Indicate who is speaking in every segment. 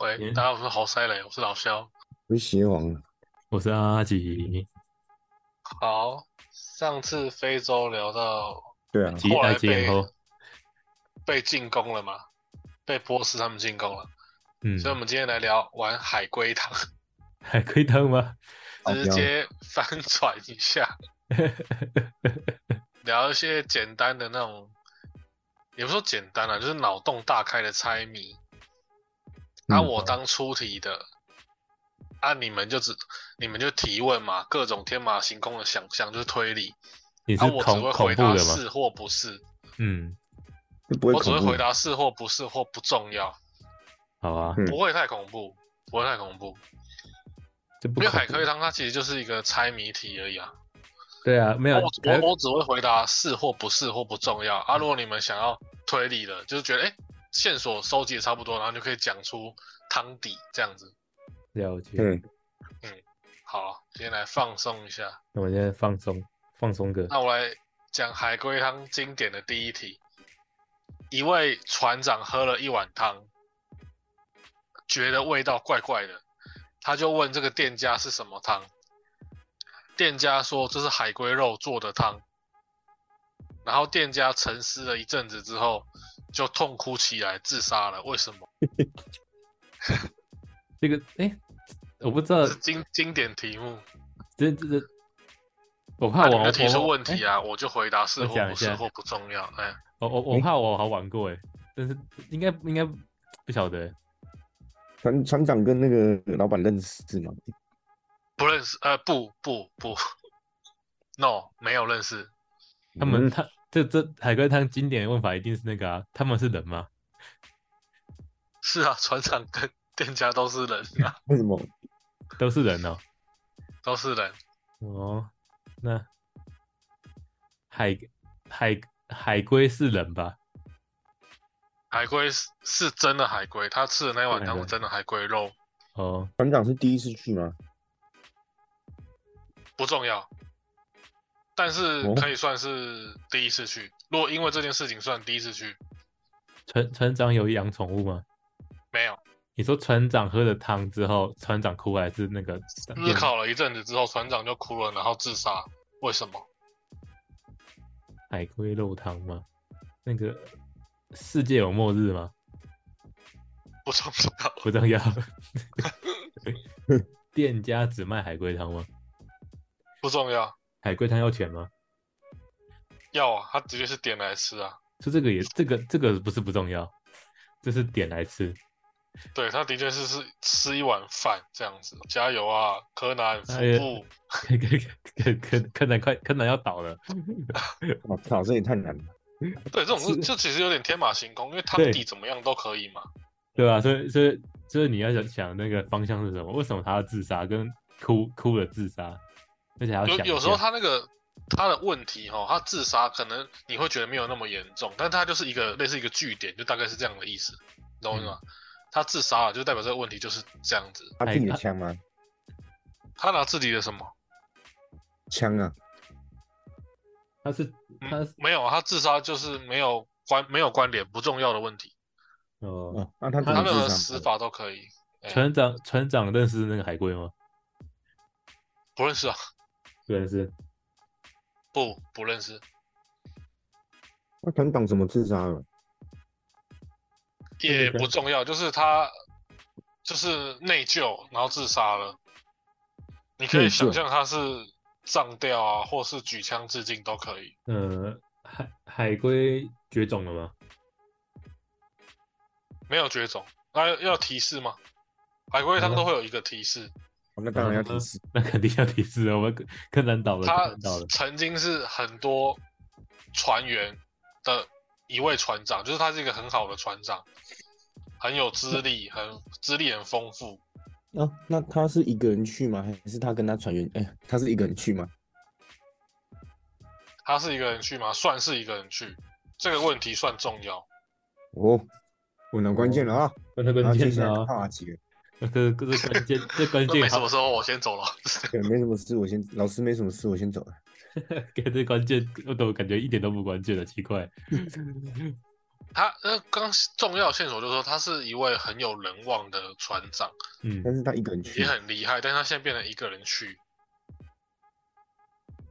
Speaker 1: 雷，
Speaker 2: 嗯
Speaker 1: 大家好，我是好塞雷，我是老肖。
Speaker 3: 我是邪王啊了，
Speaker 2: 我是阿吉，
Speaker 1: 好，上次非洲聊到
Speaker 3: 对啊，
Speaker 2: 吉
Speaker 1: 后
Speaker 2: 阿
Speaker 1: 来
Speaker 2: 吉以
Speaker 1: 被
Speaker 2: 后，
Speaker 1: 被进攻了嘛，被波斯他们进攻了，
Speaker 2: 嗯，
Speaker 1: 所以我们今天来聊玩海龟汤，
Speaker 2: 海龟汤 吗？
Speaker 3: 好
Speaker 1: 直接 翻转一下，聊一些简单的那种，也不说简单啊，就是脑洞大开的猜谜。啊，
Speaker 3: 嗯
Speaker 1: 我当出题的，啊，你们就只你们就提问嘛，各种天马行空的想象就是推理，
Speaker 2: 你是
Speaker 1: 啊，我只
Speaker 2: 恐
Speaker 1: 会
Speaker 2: 恐
Speaker 1: 回
Speaker 2: 怖
Speaker 1: 答
Speaker 2: 的吗？
Speaker 1: 是或不是，
Speaker 2: 嗯，
Speaker 3: 就不会
Speaker 1: 我只
Speaker 3: 恐
Speaker 1: 会
Speaker 3: 怖
Speaker 1: 回。答是或不是或不重要，
Speaker 2: 好啊，
Speaker 3: 嗯
Speaker 1: 不会太恐怖，不会太恐怖，
Speaker 2: 这不
Speaker 1: 因为
Speaker 2: 恐
Speaker 1: 海
Speaker 2: 怖
Speaker 1: 龟汤它其实就是一个猜谜题而已啊。
Speaker 2: 对啊，没有
Speaker 1: 啊我
Speaker 2: 海
Speaker 1: 我我只会回答是或不是或不重要啊。如果你们想要推理的，就是觉得哎、诶线索收集的差不多，然后就可以讲出汤底这样子。
Speaker 2: 了解。
Speaker 3: 对，
Speaker 1: 好，今天来放松一下。
Speaker 2: 那我现在放松放松个，
Speaker 1: 那我来讲海龟汤经典的第一题。一位船长喝了一碗汤，觉得味道怪怪的，他就问这个店家是什么汤。店家说这是海龟肉做的汤。然后店家沉思了一阵子之后，就痛哭起来，自杀了。为什么？
Speaker 2: 这个哎、我不知道
Speaker 1: 这是经经典题目。
Speaker 2: 这这这，我
Speaker 1: 那
Speaker 2: 怕
Speaker 1: 你
Speaker 2: 我
Speaker 1: 们提出问
Speaker 2: 哎
Speaker 1: 题啊，我就回答是
Speaker 2: 我
Speaker 1: 或
Speaker 2: 想
Speaker 1: 不
Speaker 2: 一
Speaker 1: 是
Speaker 2: 下
Speaker 1: 或不重要。哎，
Speaker 2: 我我我怕我好玩过哎，但是应该应该不晓得
Speaker 3: 船船长跟那个老板认识吗？
Speaker 1: 不认识，呃，不不不，no，没有认识，
Speaker 2: 他们
Speaker 3: 嗯
Speaker 2: 他这这海龟汤经典的问法一定是那个啊，他们是人吗？
Speaker 1: 是啊，船长跟 店家都是人啊，
Speaker 3: 为什么？
Speaker 2: 都是人哦。
Speaker 1: 都是人，
Speaker 2: 哦，那海海海龟是人吧？
Speaker 1: 海龟是是真的海龟，他吃的那碗
Speaker 2: 海
Speaker 1: 汤是
Speaker 2: 龟
Speaker 1: 真的海龟肉，
Speaker 2: 哦，
Speaker 3: 船长是第一次去吗？
Speaker 1: 不重要，但是
Speaker 3: 哦
Speaker 1: 可以算是第一次去，如果因为这件事情算第一次去，
Speaker 2: 船船长有养宠物吗？
Speaker 1: 没有，
Speaker 2: 你说船长喝了汤之后，船长哭还是那个？
Speaker 1: 思考了一阵子之后，船长就哭了，然后自杀，为什么？
Speaker 2: 海龟肉汤吗？那个世界有末日吗？
Speaker 1: 不重要，
Speaker 2: 不重要。店家只卖海龟汤吗？
Speaker 1: 不重要，
Speaker 2: 海龟汤要钱吗？
Speaker 1: 要啊，他直接是点来吃啊，
Speaker 2: 就这个也这个这个不是不重要，这是点来吃。
Speaker 1: 对他的确是是吃一碗饭这样子，加油啊，柯南夫
Speaker 2: 哎呀
Speaker 1: 妇。
Speaker 2: 柯柯柯柯南快柯南要倒了，
Speaker 3: 我靠，哦这也太难了。
Speaker 1: 对，这种事
Speaker 2: 是
Speaker 1: 这其实有点天马行空，因为汤
Speaker 2: 对
Speaker 1: 底怎么样都可以嘛。
Speaker 2: 对啊吧、所以所以所以你要想想那个方向是什么？为什么他要自杀？跟哭哭了自杀，而且还要
Speaker 1: 有
Speaker 2: 想一
Speaker 1: 有时候
Speaker 2: 下
Speaker 1: 他那个他的问题哈、他自杀可能你会觉得没有那么严重，但他就是一个类似一个据点，就大概是这样的意思，你懂我意思吗？
Speaker 2: 嗯
Speaker 1: 他自杀了，就代表这个问题就是这样子。
Speaker 2: 哎
Speaker 3: 他自己的啊枪吗？
Speaker 1: 他拿自己的什么？
Speaker 3: 枪啊，
Speaker 2: 他是
Speaker 1: 嗯
Speaker 2: 他是
Speaker 1: 没有啊，他自杀就是没有关没有关联，不重要的问题，
Speaker 2: 哦，
Speaker 3: 哦，那他
Speaker 1: 他
Speaker 3: 怎么
Speaker 1: 任何
Speaker 3: 自
Speaker 1: 死
Speaker 3: 杀？
Speaker 1: 法都可以。哎
Speaker 2: 船长船长认识那个海龟吗？
Speaker 1: 不认识啊，
Speaker 2: 不认识，
Speaker 1: 不不认识，
Speaker 3: 那船长怎么自杀了？
Speaker 1: 也
Speaker 2: 那个
Speaker 1: 不重要，就是他就是内疚，然后自杀了。你可以
Speaker 3: 内
Speaker 1: 想
Speaker 3: 疚
Speaker 1: 象他是上吊啊，或是举枪自尽都可以。
Speaker 2: 呃，海海龟绝种了吗？
Speaker 1: 没有绝种，那、要要提示吗？海龟汤
Speaker 2: 好的
Speaker 1: 都会有一个提示，
Speaker 3: 哦那当然要提示。
Speaker 2: 那肯定要提示啊了，我们柯柯南倒了，柯
Speaker 1: 他
Speaker 2: 南倒了，
Speaker 1: 曾经是很多船员的一位船长，就是他是一个很好的船长，很有资历，很资历很丰富，
Speaker 3: 啊，那他是一个人去吗？还是他跟他船员？哎，他是一个人去吗？
Speaker 1: 他是一个人去吗？算是一个人去，这个问题算重要。
Speaker 3: 哦，问到关键了啊！
Speaker 2: 那
Speaker 3: 然后
Speaker 2: 哦关
Speaker 3: 接
Speaker 2: 键
Speaker 3: 下来
Speaker 2: 啊，
Speaker 3: 看阿杰，
Speaker 2: 这这这关键这关
Speaker 1: 那
Speaker 2: 键
Speaker 1: 没什
Speaker 2: 好
Speaker 1: 么， 时候我先走了。
Speaker 3: 对，没什么事，我先老师没什么事，我先走了。
Speaker 2: 给这关键我都感觉一点都不关键了，奇怪。
Speaker 1: 他呃，刚重要线索就是说他是一位很有人望的船长，
Speaker 2: 嗯，
Speaker 3: 但是他一个人去
Speaker 1: 也，很厉害，但他现在变成一个人去，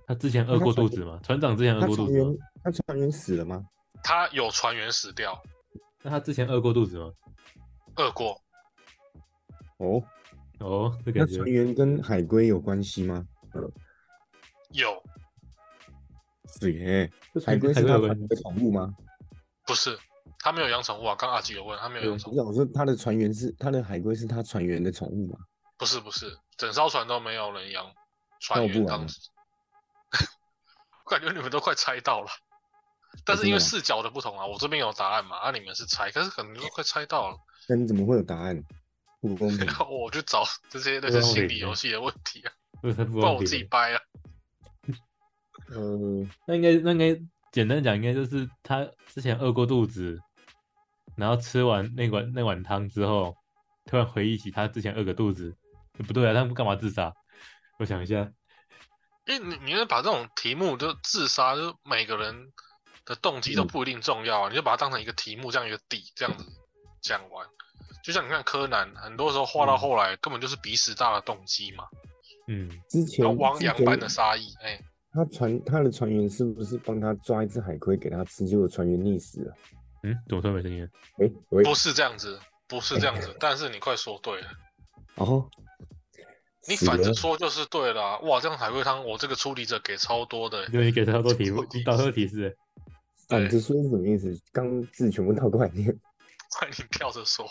Speaker 2: 他之前饿过肚子吗？船长之前饿
Speaker 3: 他
Speaker 2: 过
Speaker 3: 船
Speaker 2: 肚子吗啊
Speaker 3: 员？他船员死了吗？
Speaker 1: 他有船员死掉，
Speaker 2: 那他之前饿过肚子吗？
Speaker 1: 饿过，
Speaker 3: 哦，
Speaker 2: 哦，这
Speaker 3: 那
Speaker 2: 感觉
Speaker 3: 船员跟海龟有关系吗？
Speaker 1: 有
Speaker 3: 是耶，
Speaker 2: 这
Speaker 3: 欸海
Speaker 2: 船
Speaker 3: 龟
Speaker 2: 嗯海龟
Speaker 3: 是他
Speaker 2: 有
Speaker 3: 船
Speaker 2: 关
Speaker 3: 员的宠物吗？
Speaker 1: 不是他没有养宠物啊？刚阿吉有问他没有养宠
Speaker 3: 我
Speaker 1: 物，
Speaker 3: 想说他的船员是他的海龟是他船员的宠物吗？
Speaker 1: 不是不是，整艘船都没有人养
Speaker 3: 那
Speaker 1: 船
Speaker 3: 我不
Speaker 1: 员
Speaker 3: 玩
Speaker 1: 当
Speaker 3: 了
Speaker 1: 时，我感觉你们都快猜到了，但是因为
Speaker 3: 真的
Speaker 1: 视
Speaker 3: 吗
Speaker 1: 角的不同啊，我这边有答案嘛，啊你们是猜，可是可能都快猜到了。
Speaker 3: 那你怎么会有答案？不公 平！
Speaker 1: 我去找这些那
Speaker 2: 对
Speaker 1: 些
Speaker 2: 啊我
Speaker 1: 心
Speaker 2: 也
Speaker 1: 理
Speaker 2: 觉
Speaker 1: 游
Speaker 2: 得
Speaker 1: 戏的问题啊，
Speaker 2: 这是他
Speaker 1: 不
Speaker 2: 不
Speaker 1: 然
Speaker 2: 公
Speaker 1: 我自己
Speaker 2: 平。
Speaker 1: 掰啊。
Speaker 3: 呃，
Speaker 2: 那应该那应该简单讲，应该就是他之前饿过肚子，然后吃完那碗那碗汤之后，突然回忆起他之前饿个肚子，不对啊，他们干嘛自杀？我想一下，
Speaker 1: 因为你你要把这种题目就自杀，就是每个人的动机都
Speaker 3: 嗯
Speaker 1: 不一定重要啊，你就把它当成一个题目这样一个底这样子讲完。就像你看柯南，很多时候画到
Speaker 2: 嗯
Speaker 1: 后来根本就是鼻屎大的动机嘛，
Speaker 2: 嗯，
Speaker 3: 之
Speaker 1: 然
Speaker 3: 前
Speaker 1: 后汪
Speaker 3: 之
Speaker 1: 洋
Speaker 3: 前
Speaker 1: 般的杀意，哎、
Speaker 3: 他船他的船员是不是帮他抓一只海龟给他吃，结果船员溺死了？
Speaker 2: 嗯，怎么突然没声音了？
Speaker 3: 哎、喂，
Speaker 1: 不是这样子，不是这样子，但是你快说对了，
Speaker 3: 哦，
Speaker 1: 你
Speaker 3: 死
Speaker 1: 反
Speaker 3: 了
Speaker 1: 着说就是对了啊、哇，这样海龟汤我这个出题者给超多的、
Speaker 2: 因为你给他多提目
Speaker 1: 提示，
Speaker 2: 到多欸提示，
Speaker 3: 反
Speaker 1: 对
Speaker 3: 着说是什么意思？刚字全部倒过来念，
Speaker 1: 快你跳着说，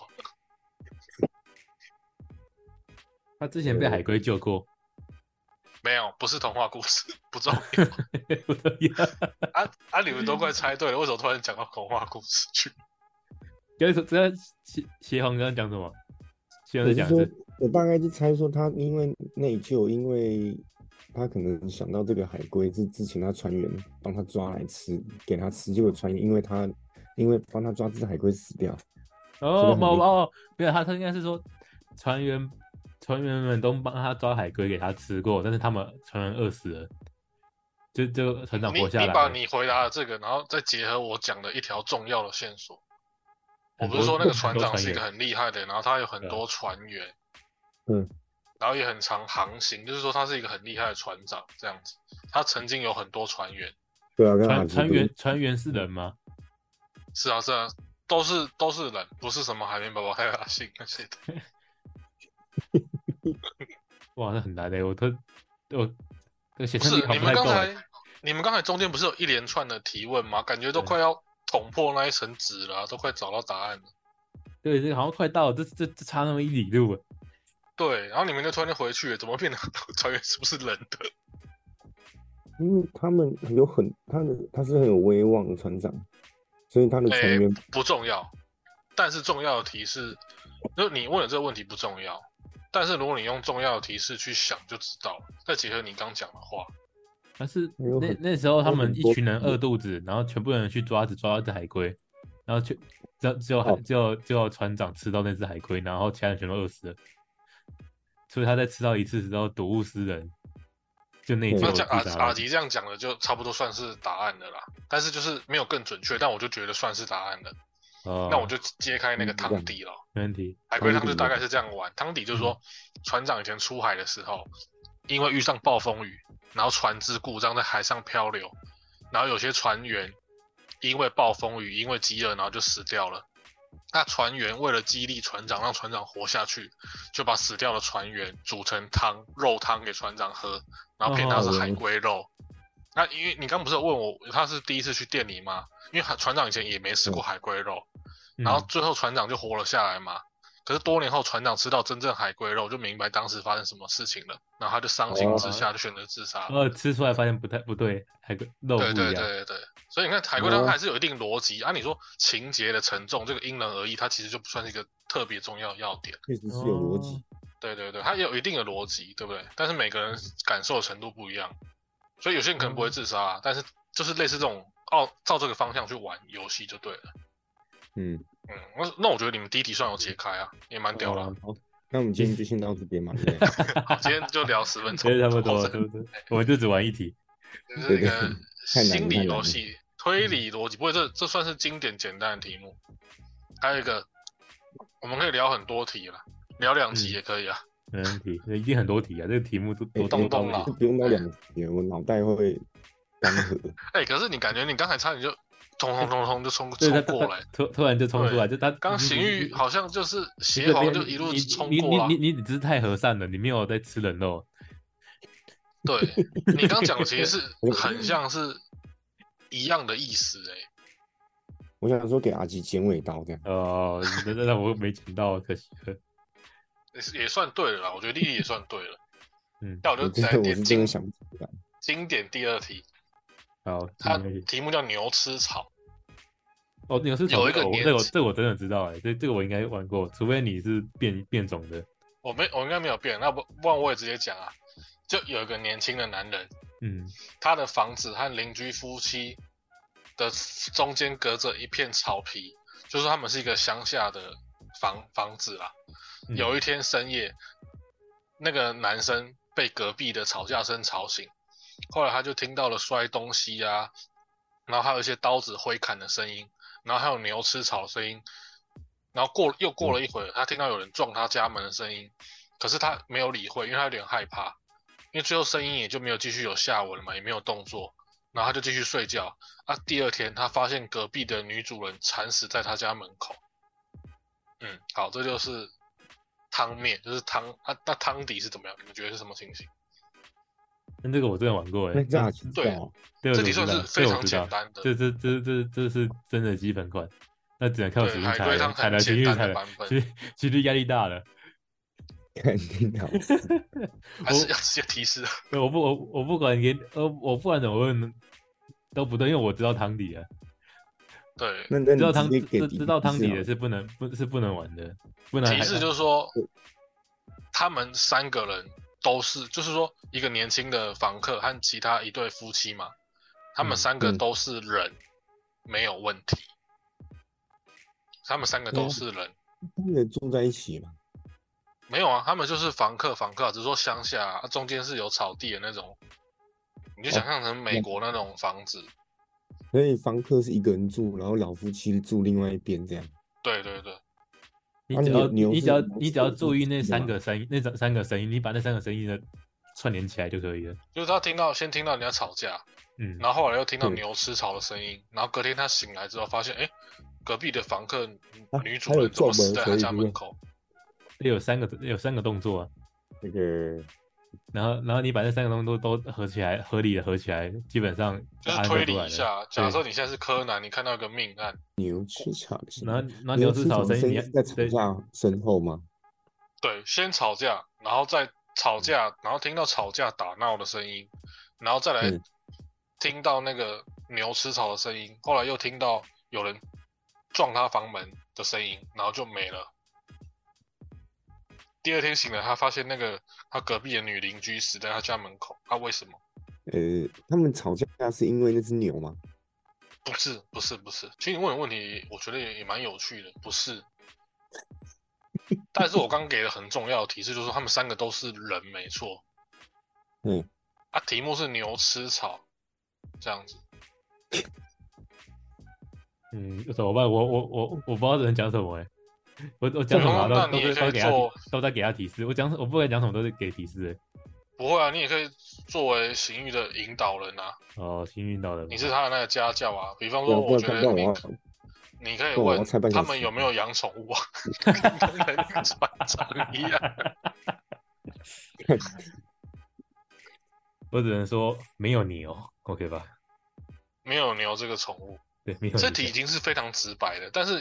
Speaker 2: 他之前被海龟救过，
Speaker 1: 没有，不是童话故事， 不重要。
Speaker 2: 不对呀，
Speaker 1: 啊啊！你们都快猜对了，为什么突然讲到童话故事去？
Speaker 2: 刚才刚才邪邪皇刚刚讲什么？邪
Speaker 3: 我
Speaker 2: 皇在
Speaker 3: 是
Speaker 2: 讲
Speaker 3: 说
Speaker 2: 是，
Speaker 3: 我大概就猜说他因为内疚，因为他可能想到这个海龟是之前他船员帮他抓来吃，给他吃，结果船员因为他因为帮他抓这只海龟死掉，
Speaker 2: 哦，
Speaker 3: 很
Speaker 2: 猫
Speaker 3: 厉害
Speaker 2: 哦，没有，他他应该是说船员船员们都帮他抓海龟给他吃过，但是他们船员饿死了，就就船长
Speaker 1: 你
Speaker 2: 活下
Speaker 1: 你
Speaker 2: 来
Speaker 1: 把
Speaker 2: 了。
Speaker 1: 你回答的这个，然后再结合我讲的一条重要的线索。我
Speaker 2: 很
Speaker 1: 不是
Speaker 2: 多
Speaker 1: 说那个
Speaker 2: 很
Speaker 1: 船
Speaker 2: 多
Speaker 1: 长
Speaker 2: 船
Speaker 1: 是一个
Speaker 2: 员
Speaker 1: 很厉害的，然后他有很
Speaker 2: 对啊
Speaker 1: 多船员，
Speaker 3: 嗯，
Speaker 1: 然后也很常航行，就是说他是一个很厉害的船长这样子。他曾经有很多船员，
Speaker 3: 对啊，跟阿
Speaker 2: 船
Speaker 3: 吉
Speaker 2: 船
Speaker 3: 都
Speaker 2: 员船员是人吗？
Speaker 1: 是啊是啊，都是都是人，不是什么海绵宝宝、太阳星那些的。
Speaker 2: 哇，那很难欸的，我都我我写
Speaker 1: 不
Speaker 2: 上
Speaker 1: 是
Speaker 2: 力跑
Speaker 1: 你
Speaker 2: 不
Speaker 1: 们
Speaker 2: 太
Speaker 1: 刚
Speaker 2: 够欸。
Speaker 1: 才你们刚才中间不是有一连串的提问吗？感觉都
Speaker 2: 对
Speaker 1: 快要捅破那一层纸了啊、都快找到答案了。
Speaker 2: 对，这个好像快到了，这这这差那么一里路欸了。
Speaker 1: 对，然后你们就突然就回去了，怎么变得 船员是不是人的？
Speaker 3: 因为他们有很他的他是很有威望的船长，所以他的船
Speaker 1: 哎
Speaker 3: 员、
Speaker 1: 不重要，但是重要的提示，就是你问的这个问题不重要，但是如果你用重要的提示去想就知道了，再结合你刚讲的话，
Speaker 2: 但是
Speaker 3: 没有
Speaker 2: 那
Speaker 3: 很
Speaker 2: 那时候他
Speaker 3: 有
Speaker 2: 们
Speaker 3: 很
Speaker 2: 一
Speaker 3: 多
Speaker 2: 群人
Speaker 3: 船
Speaker 2: 饿
Speaker 3: 员
Speaker 2: 肚子，然后全部人去抓，只抓到一只海龟，然后就只有只有海
Speaker 3: 哦
Speaker 2: 只有只有船长吃到那只海龟，然后其他人全都饿死了。所以他在吃到一次之后睹物思人，就内
Speaker 3: 嗯
Speaker 2: 疚
Speaker 1: 那像
Speaker 3: 有
Speaker 2: 自
Speaker 1: 阿
Speaker 2: 杀
Speaker 1: 阿
Speaker 2: 了。
Speaker 1: 吉这样啊讲的就差不多算是答案的啦，但是就是没有更准确，但我就觉得算是答案了。
Speaker 2: 哦，
Speaker 1: 那我就揭开那个
Speaker 3: 嗯这
Speaker 1: 汤
Speaker 3: 样
Speaker 1: 底了。
Speaker 2: 没问题。
Speaker 1: 海龟汤就
Speaker 3: 汤底
Speaker 1: 大概是这样玩，汤底就是说，船长以前出海的时候，因为遇上暴风雨，然后船只故障在海上漂流，然后有些船员因为暴风雨，因为饥饿，然后就死掉了。那船员为了激励船长，让船长活下去，就把死掉的船员煮成汤，肉汤给船长喝，然后骗他是
Speaker 3: 哦
Speaker 1: 海龟肉。那因为你刚不是有问我他是第一次去店里吗？因为海船长以前也没吃过海龟肉，然后
Speaker 2: 嗯
Speaker 1: 最后船长就活了下来嘛。可是多年后，船长吃到真正海龟肉，就明白当时发生什么事情了，然后他就伤心之下就选择自杀。
Speaker 2: 呃吃出来发现不太不对，海龟肉不
Speaker 1: 对对
Speaker 2: 一
Speaker 1: 对
Speaker 2: 样。
Speaker 1: 对对，所以你看海龟汤
Speaker 3: 哦
Speaker 1: 还是有一定逻辑、啊。你说情节的沉重，这个因人而异，它其实就不算是一个特别重要的要点。
Speaker 3: 确实是有逻辑。
Speaker 2: 哦
Speaker 1: 对对对，它也有一定的逻辑，对不对？但是每个人感受的程度不一样，所以有些人可能不会自杀、啊，但是就是类似这种哦，照这个方向去玩游戏就对了。
Speaker 3: 嗯，
Speaker 1: 嗯，那那我觉得你们第一题算有解开啊，也蛮屌
Speaker 2: 哦
Speaker 1: 了。
Speaker 3: 好，那我们今天就先到这边嘛。对 不对
Speaker 1: 好，今天就聊十分
Speaker 2: 其
Speaker 1: 钟，
Speaker 2: 实差不多
Speaker 1: 好
Speaker 2: 了，
Speaker 1: 这
Speaker 2: 对不对？我们就只玩一题。
Speaker 1: 这是一个
Speaker 3: 太难了
Speaker 1: 心
Speaker 3: 太
Speaker 1: 理
Speaker 3: 难
Speaker 1: 游
Speaker 3: 了
Speaker 1: 戏，推理逻辑，不过这这算是经典简单的题目。还有一个，我们可以聊很多题了，聊两集
Speaker 2: 嗯
Speaker 1: 也可以啊。
Speaker 2: 没问题，一定很多题啊，这个题目都
Speaker 3: 哎
Speaker 2: 都
Speaker 1: 动
Speaker 2: 都
Speaker 1: 动啦
Speaker 2: 了。
Speaker 3: 就不用到两题了，我脑袋会干涸。
Speaker 1: 哎、可是你感觉你刚才差点就冲冲冲冲就冲
Speaker 2: 对，他
Speaker 1: 冲
Speaker 2: 他
Speaker 1: 过来
Speaker 2: 他，突突然就冲出来，就他
Speaker 1: 刚
Speaker 2: 你
Speaker 1: 邢
Speaker 2: 你
Speaker 1: 玉
Speaker 2: 你
Speaker 1: 好像就是
Speaker 2: 你
Speaker 1: 邪
Speaker 2: 这
Speaker 1: 皇
Speaker 2: 边
Speaker 1: 就一路
Speaker 2: 你
Speaker 1: 冲
Speaker 2: 你
Speaker 1: 过了啊
Speaker 2: 你。你你你只是太和善了，你没有在吃人肉。
Speaker 1: 对 你刚讲的其实是很像是一样的意思哎、
Speaker 3: 我想说给阿吉剪尾刀这样，
Speaker 2: 哦，那那那我没抢到，可惜了。
Speaker 1: 也也算对了啦，我觉得丽丽也算对了。
Speaker 2: 嗯
Speaker 1: 那我
Speaker 3: 我
Speaker 1: 就
Speaker 3: 真
Speaker 1: 再
Speaker 3: 的我
Speaker 1: 点
Speaker 3: 是真
Speaker 1: 经
Speaker 3: 的想不起来。
Speaker 1: 经典第二题，
Speaker 2: 好，
Speaker 1: 它
Speaker 2: 没关系
Speaker 1: 题目叫牛吃草。
Speaker 2: 哦，牛是
Speaker 1: 有一个
Speaker 2: 我
Speaker 1: 年
Speaker 2: 这个我
Speaker 1: 纪
Speaker 2: 这个我真的知道哎，这这个我应该玩过，除非你是变变种的。
Speaker 1: 我没，我应该没有变，那不不然我也直接讲啊。就有一个年轻的男人，
Speaker 2: 嗯，
Speaker 1: 他的房子和邻居夫妻的中间隔着一片草皮，就是他们是一个乡下的房房子啦。
Speaker 2: 嗯
Speaker 1: 有一天深夜，那个男生被隔壁的吵架声吵醒，后来他就听到了摔东西啊，然后还有一些刀子挥砍的声音，然后还有牛吃草的声音，然后过又过了一会儿，他听到有人撞他家门的声音，可是他没有理会，因为他有点害怕，因为最后声音也就没有继续有下文了嘛，也没有动作，然后他就继续睡觉。啊，第二天他发现隔壁的女主人惨死在他家门口。嗯，好，这就是汤面，就是汤啊，那汤底是怎么样？你们觉得是什么情形？
Speaker 2: 那这个我真的玩过哎
Speaker 3: 那，这阿吉知
Speaker 1: 对
Speaker 3: 道哦，
Speaker 2: 这个
Speaker 1: 这
Speaker 2: 我
Speaker 1: 题
Speaker 2: 知
Speaker 1: 算是
Speaker 2: 道
Speaker 1: 非
Speaker 2: 这个
Speaker 1: 常
Speaker 2: 我知
Speaker 1: 简
Speaker 2: 道，
Speaker 1: 单的，
Speaker 2: 这这这这这是真的基本款，那只能靠
Speaker 1: 对，
Speaker 2: 实力
Speaker 1: 海
Speaker 2: 踩
Speaker 1: 龟汤
Speaker 2: 了，踩
Speaker 1: 很
Speaker 2: 了情
Speaker 1: 简
Speaker 2: 绪
Speaker 1: 单
Speaker 2: 踩
Speaker 1: 的
Speaker 2: 了，
Speaker 1: 版本，
Speaker 2: 其其实压力大了。
Speaker 3: 肯定哦好。
Speaker 1: 还是
Speaker 2: 我
Speaker 1: 要直接提示？
Speaker 2: 对，我不我我不管给呃，我不管怎么问都不对，因为我知道汤底啊，
Speaker 1: 对，
Speaker 3: 那那
Speaker 2: 知道汤
Speaker 3: 你直
Speaker 2: 知
Speaker 3: 接给
Speaker 2: 知道汤底
Speaker 3: 好
Speaker 2: 的
Speaker 3: 了
Speaker 2: 是不能不是不能玩的，不能
Speaker 1: 提
Speaker 2: 还
Speaker 1: 示就是说，他们三个人都是，就是说一个年轻的房客和其他一对夫妻嘛，他们
Speaker 2: 嗯
Speaker 1: 三个
Speaker 3: 嗯
Speaker 1: 都是人，没有问题。他们三个都
Speaker 3: 嗯
Speaker 1: 是人，
Speaker 3: 他们住在一起嘛？
Speaker 1: 没有啊，他们就是房客，房客啊只是说乡下啊，啊中间是有草地的那种，你就想象成美
Speaker 3: 嗯
Speaker 1: 国那种房子。
Speaker 3: 所以房客是一个人住，然后老夫妻住另外一边这样。
Speaker 1: 对对对，
Speaker 2: 你
Speaker 3: 啊
Speaker 2: 只
Speaker 3: 牛
Speaker 2: 要
Speaker 3: 牛
Speaker 2: 你只
Speaker 3: 是
Speaker 2: 要
Speaker 3: 牛啊
Speaker 2: 你
Speaker 3: 是
Speaker 2: 只要
Speaker 3: 有
Speaker 2: 注
Speaker 3: 分
Speaker 2: 意那
Speaker 3: 歧的
Speaker 2: 三
Speaker 3: 嘛
Speaker 2: 个声音，那三三个声音，你把那三个声音的串联起来就可以了。
Speaker 1: 就是他听到先听到人家吵架，
Speaker 2: 嗯，
Speaker 1: 然后后来又听到
Speaker 3: 对
Speaker 1: 牛吃草的声音，然后隔天他醒来之后发现，哎，隔壁的房客女
Speaker 3: 啊
Speaker 1: 女主
Speaker 3: 还有
Speaker 1: 人怎么
Speaker 3: 撞门
Speaker 1: 死在
Speaker 3: 的
Speaker 1: 他
Speaker 3: 声
Speaker 1: 家
Speaker 3: 音
Speaker 1: 门
Speaker 3: 对
Speaker 1: 口？
Speaker 2: 有三个有三个动作啊，
Speaker 3: 那个
Speaker 2: 然后然后你把那三个动作都合起来，合理的合起来，基本上
Speaker 1: 就
Speaker 2: 答
Speaker 1: 是
Speaker 2: 案
Speaker 1: 推理
Speaker 2: 就出来
Speaker 1: 一
Speaker 2: 了。
Speaker 1: 下，假
Speaker 2: 对
Speaker 1: 设你现在是柯南，你看到一个命案，
Speaker 3: 牛吃草的声
Speaker 2: 然后
Speaker 3: 音，
Speaker 2: 然后牛吃草
Speaker 3: 的
Speaker 2: 声音，
Speaker 3: 声
Speaker 2: 你
Speaker 3: 音
Speaker 2: 要
Speaker 3: 是在吵
Speaker 2: 对
Speaker 3: 架身后吗？
Speaker 1: 对，先吵架，然后再吵架，然后听到吵架打闹的声音，然后再来
Speaker 3: 嗯
Speaker 1: 听到那个牛吃草的声音，后来又听到有人撞他房门的声音，然后就没了。第二天醒来，他发现那个他隔壁的女邻居死在他家门口，他、为什么？
Speaker 3: 呃，他们吵架是因为那只牛吗？
Speaker 1: 不是，不是，不是。其实你问的问题，我觉得也也蛮有趣的，不是。但是我刚给的很重要的提示，就是说他们三个都是人，没错。
Speaker 3: 嗯。
Speaker 1: 啊，题目是牛吃草，这样子。
Speaker 2: 嗯，怎么办？我我我我不知道能讲什么哎、我我讲什么
Speaker 1: 那那
Speaker 2: 啊都
Speaker 1: 你
Speaker 2: 都
Speaker 1: 也
Speaker 2: 是
Speaker 1: 可
Speaker 2: 都
Speaker 1: 以
Speaker 2: 给他提
Speaker 1: 做，
Speaker 2: 都在给他提示。我讲什我不管讲什么都是给提示欸
Speaker 1: 不会啊，你也可以作为刑狱的引导人啊，
Speaker 2: 哎。哦，幸运到了。
Speaker 1: 你是他的那个家教啊。比方
Speaker 3: 不
Speaker 1: 说，
Speaker 3: 然
Speaker 2: 哦
Speaker 3: 不
Speaker 1: 我
Speaker 3: 然
Speaker 1: 觉
Speaker 3: 不然
Speaker 1: 得
Speaker 3: 不
Speaker 1: 你可
Speaker 3: 然我要
Speaker 1: 你可以
Speaker 3: 不啊然我要
Speaker 1: 问
Speaker 3: 猜半小
Speaker 1: 他们
Speaker 3: 时
Speaker 1: 有没有养宠 物啊，跟工人船长一样。
Speaker 2: 我只能说没有你哦，OK 吧？
Speaker 1: 没有牛这个宠物，
Speaker 2: 对，没有
Speaker 1: 这
Speaker 2: 你
Speaker 1: 题已经是非常直白的，但是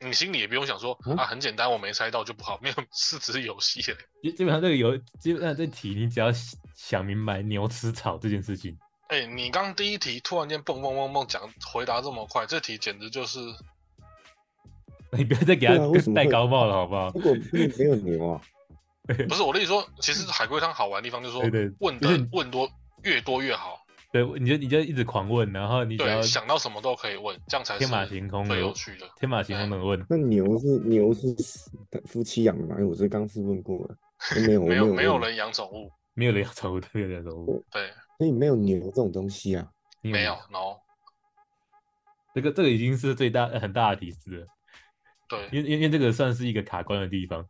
Speaker 1: 你心里也不用想说、
Speaker 3: 嗯
Speaker 1: 啊，很简单，我没猜到就不好，没有，是只是游戏而已。
Speaker 2: 基基本上这个游，基本上这题你只要想想明白牛吃草这件事情，
Speaker 1: 哎、你刚第一题突然间蹦蹦蹦蹦讲回答这么快，这题简直就是
Speaker 2: 你不要再给他
Speaker 3: 对啊为什么
Speaker 2: 戴
Speaker 3: 会
Speaker 2: 高帽了，好不
Speaker 1: 哦
Speaker 2: 好？
Speaker 3: 如果没有没有牛啊，
Speaker 1: 不是我的意思说，其实海龟汤好玩的地方就是说
Speaker 2: 对对
Speaker 1: 问
Speaker 2: 就是
Speaker 1: 的
Speaker 2: 你
Speaker 1: 问多越多越好，
Speaker 2: 对，你就你就一直狂问，然后你只要
Speaker 1: 对，想到什么都可以问，这样才是
Speaker 2: 天马行空的
Speaker 1: 最有趣哎的。
Speaker 2: 天马行空的问，
Speaker 3: 那牛是牛是死的夫妻养的吗？哎我这刚是问过了，哎没有
Speaker 1: 没有
Speaker 3: 没
Speaker 1: 没有
Speaker 3: 问
Speaker 1: 人养宠物，
Speaker 2: 没有人要宠物，没有人要宠物，
Speaker 1: 对，
Speaker 3: 所以没有牛这种东西啊。
Speaker 2: 你
Speaker 1: 没有，no。
Speaker 2: 这个这个已经是最大很大的提示了，
Speaker 1: 对，
Speaker 2: 因为因为这个算是一个卡关的地方。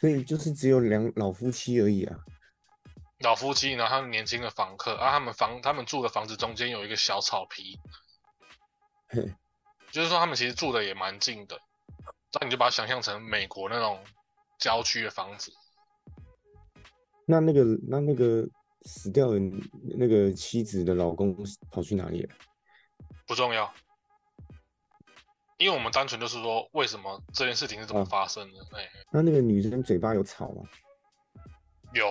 Speaker 3: 所以就是只有两老夫妻而已啊。
Speaker 1: 老夫妻，然后他们年轻的房客，啊，他们房他们住的房子中间有一个小草皮
Speaker 3: 嘿，
Speaker 1: 就是说他们其实住的也蛮近的，那你就把它想象成美国那种郊区的房子，
Speaker 3: 那那个那那个死掉的那个妻子的老公跑去哪里了？
Speaker 1: 不重要，因为我们单纯就是说为什么这件事情是怎么
Speaker 3: 嗯
Speaker 1: 发生的，哎、
Speaker 3: 那那个女生嘴巴有草吗？
Speaker 1: 有，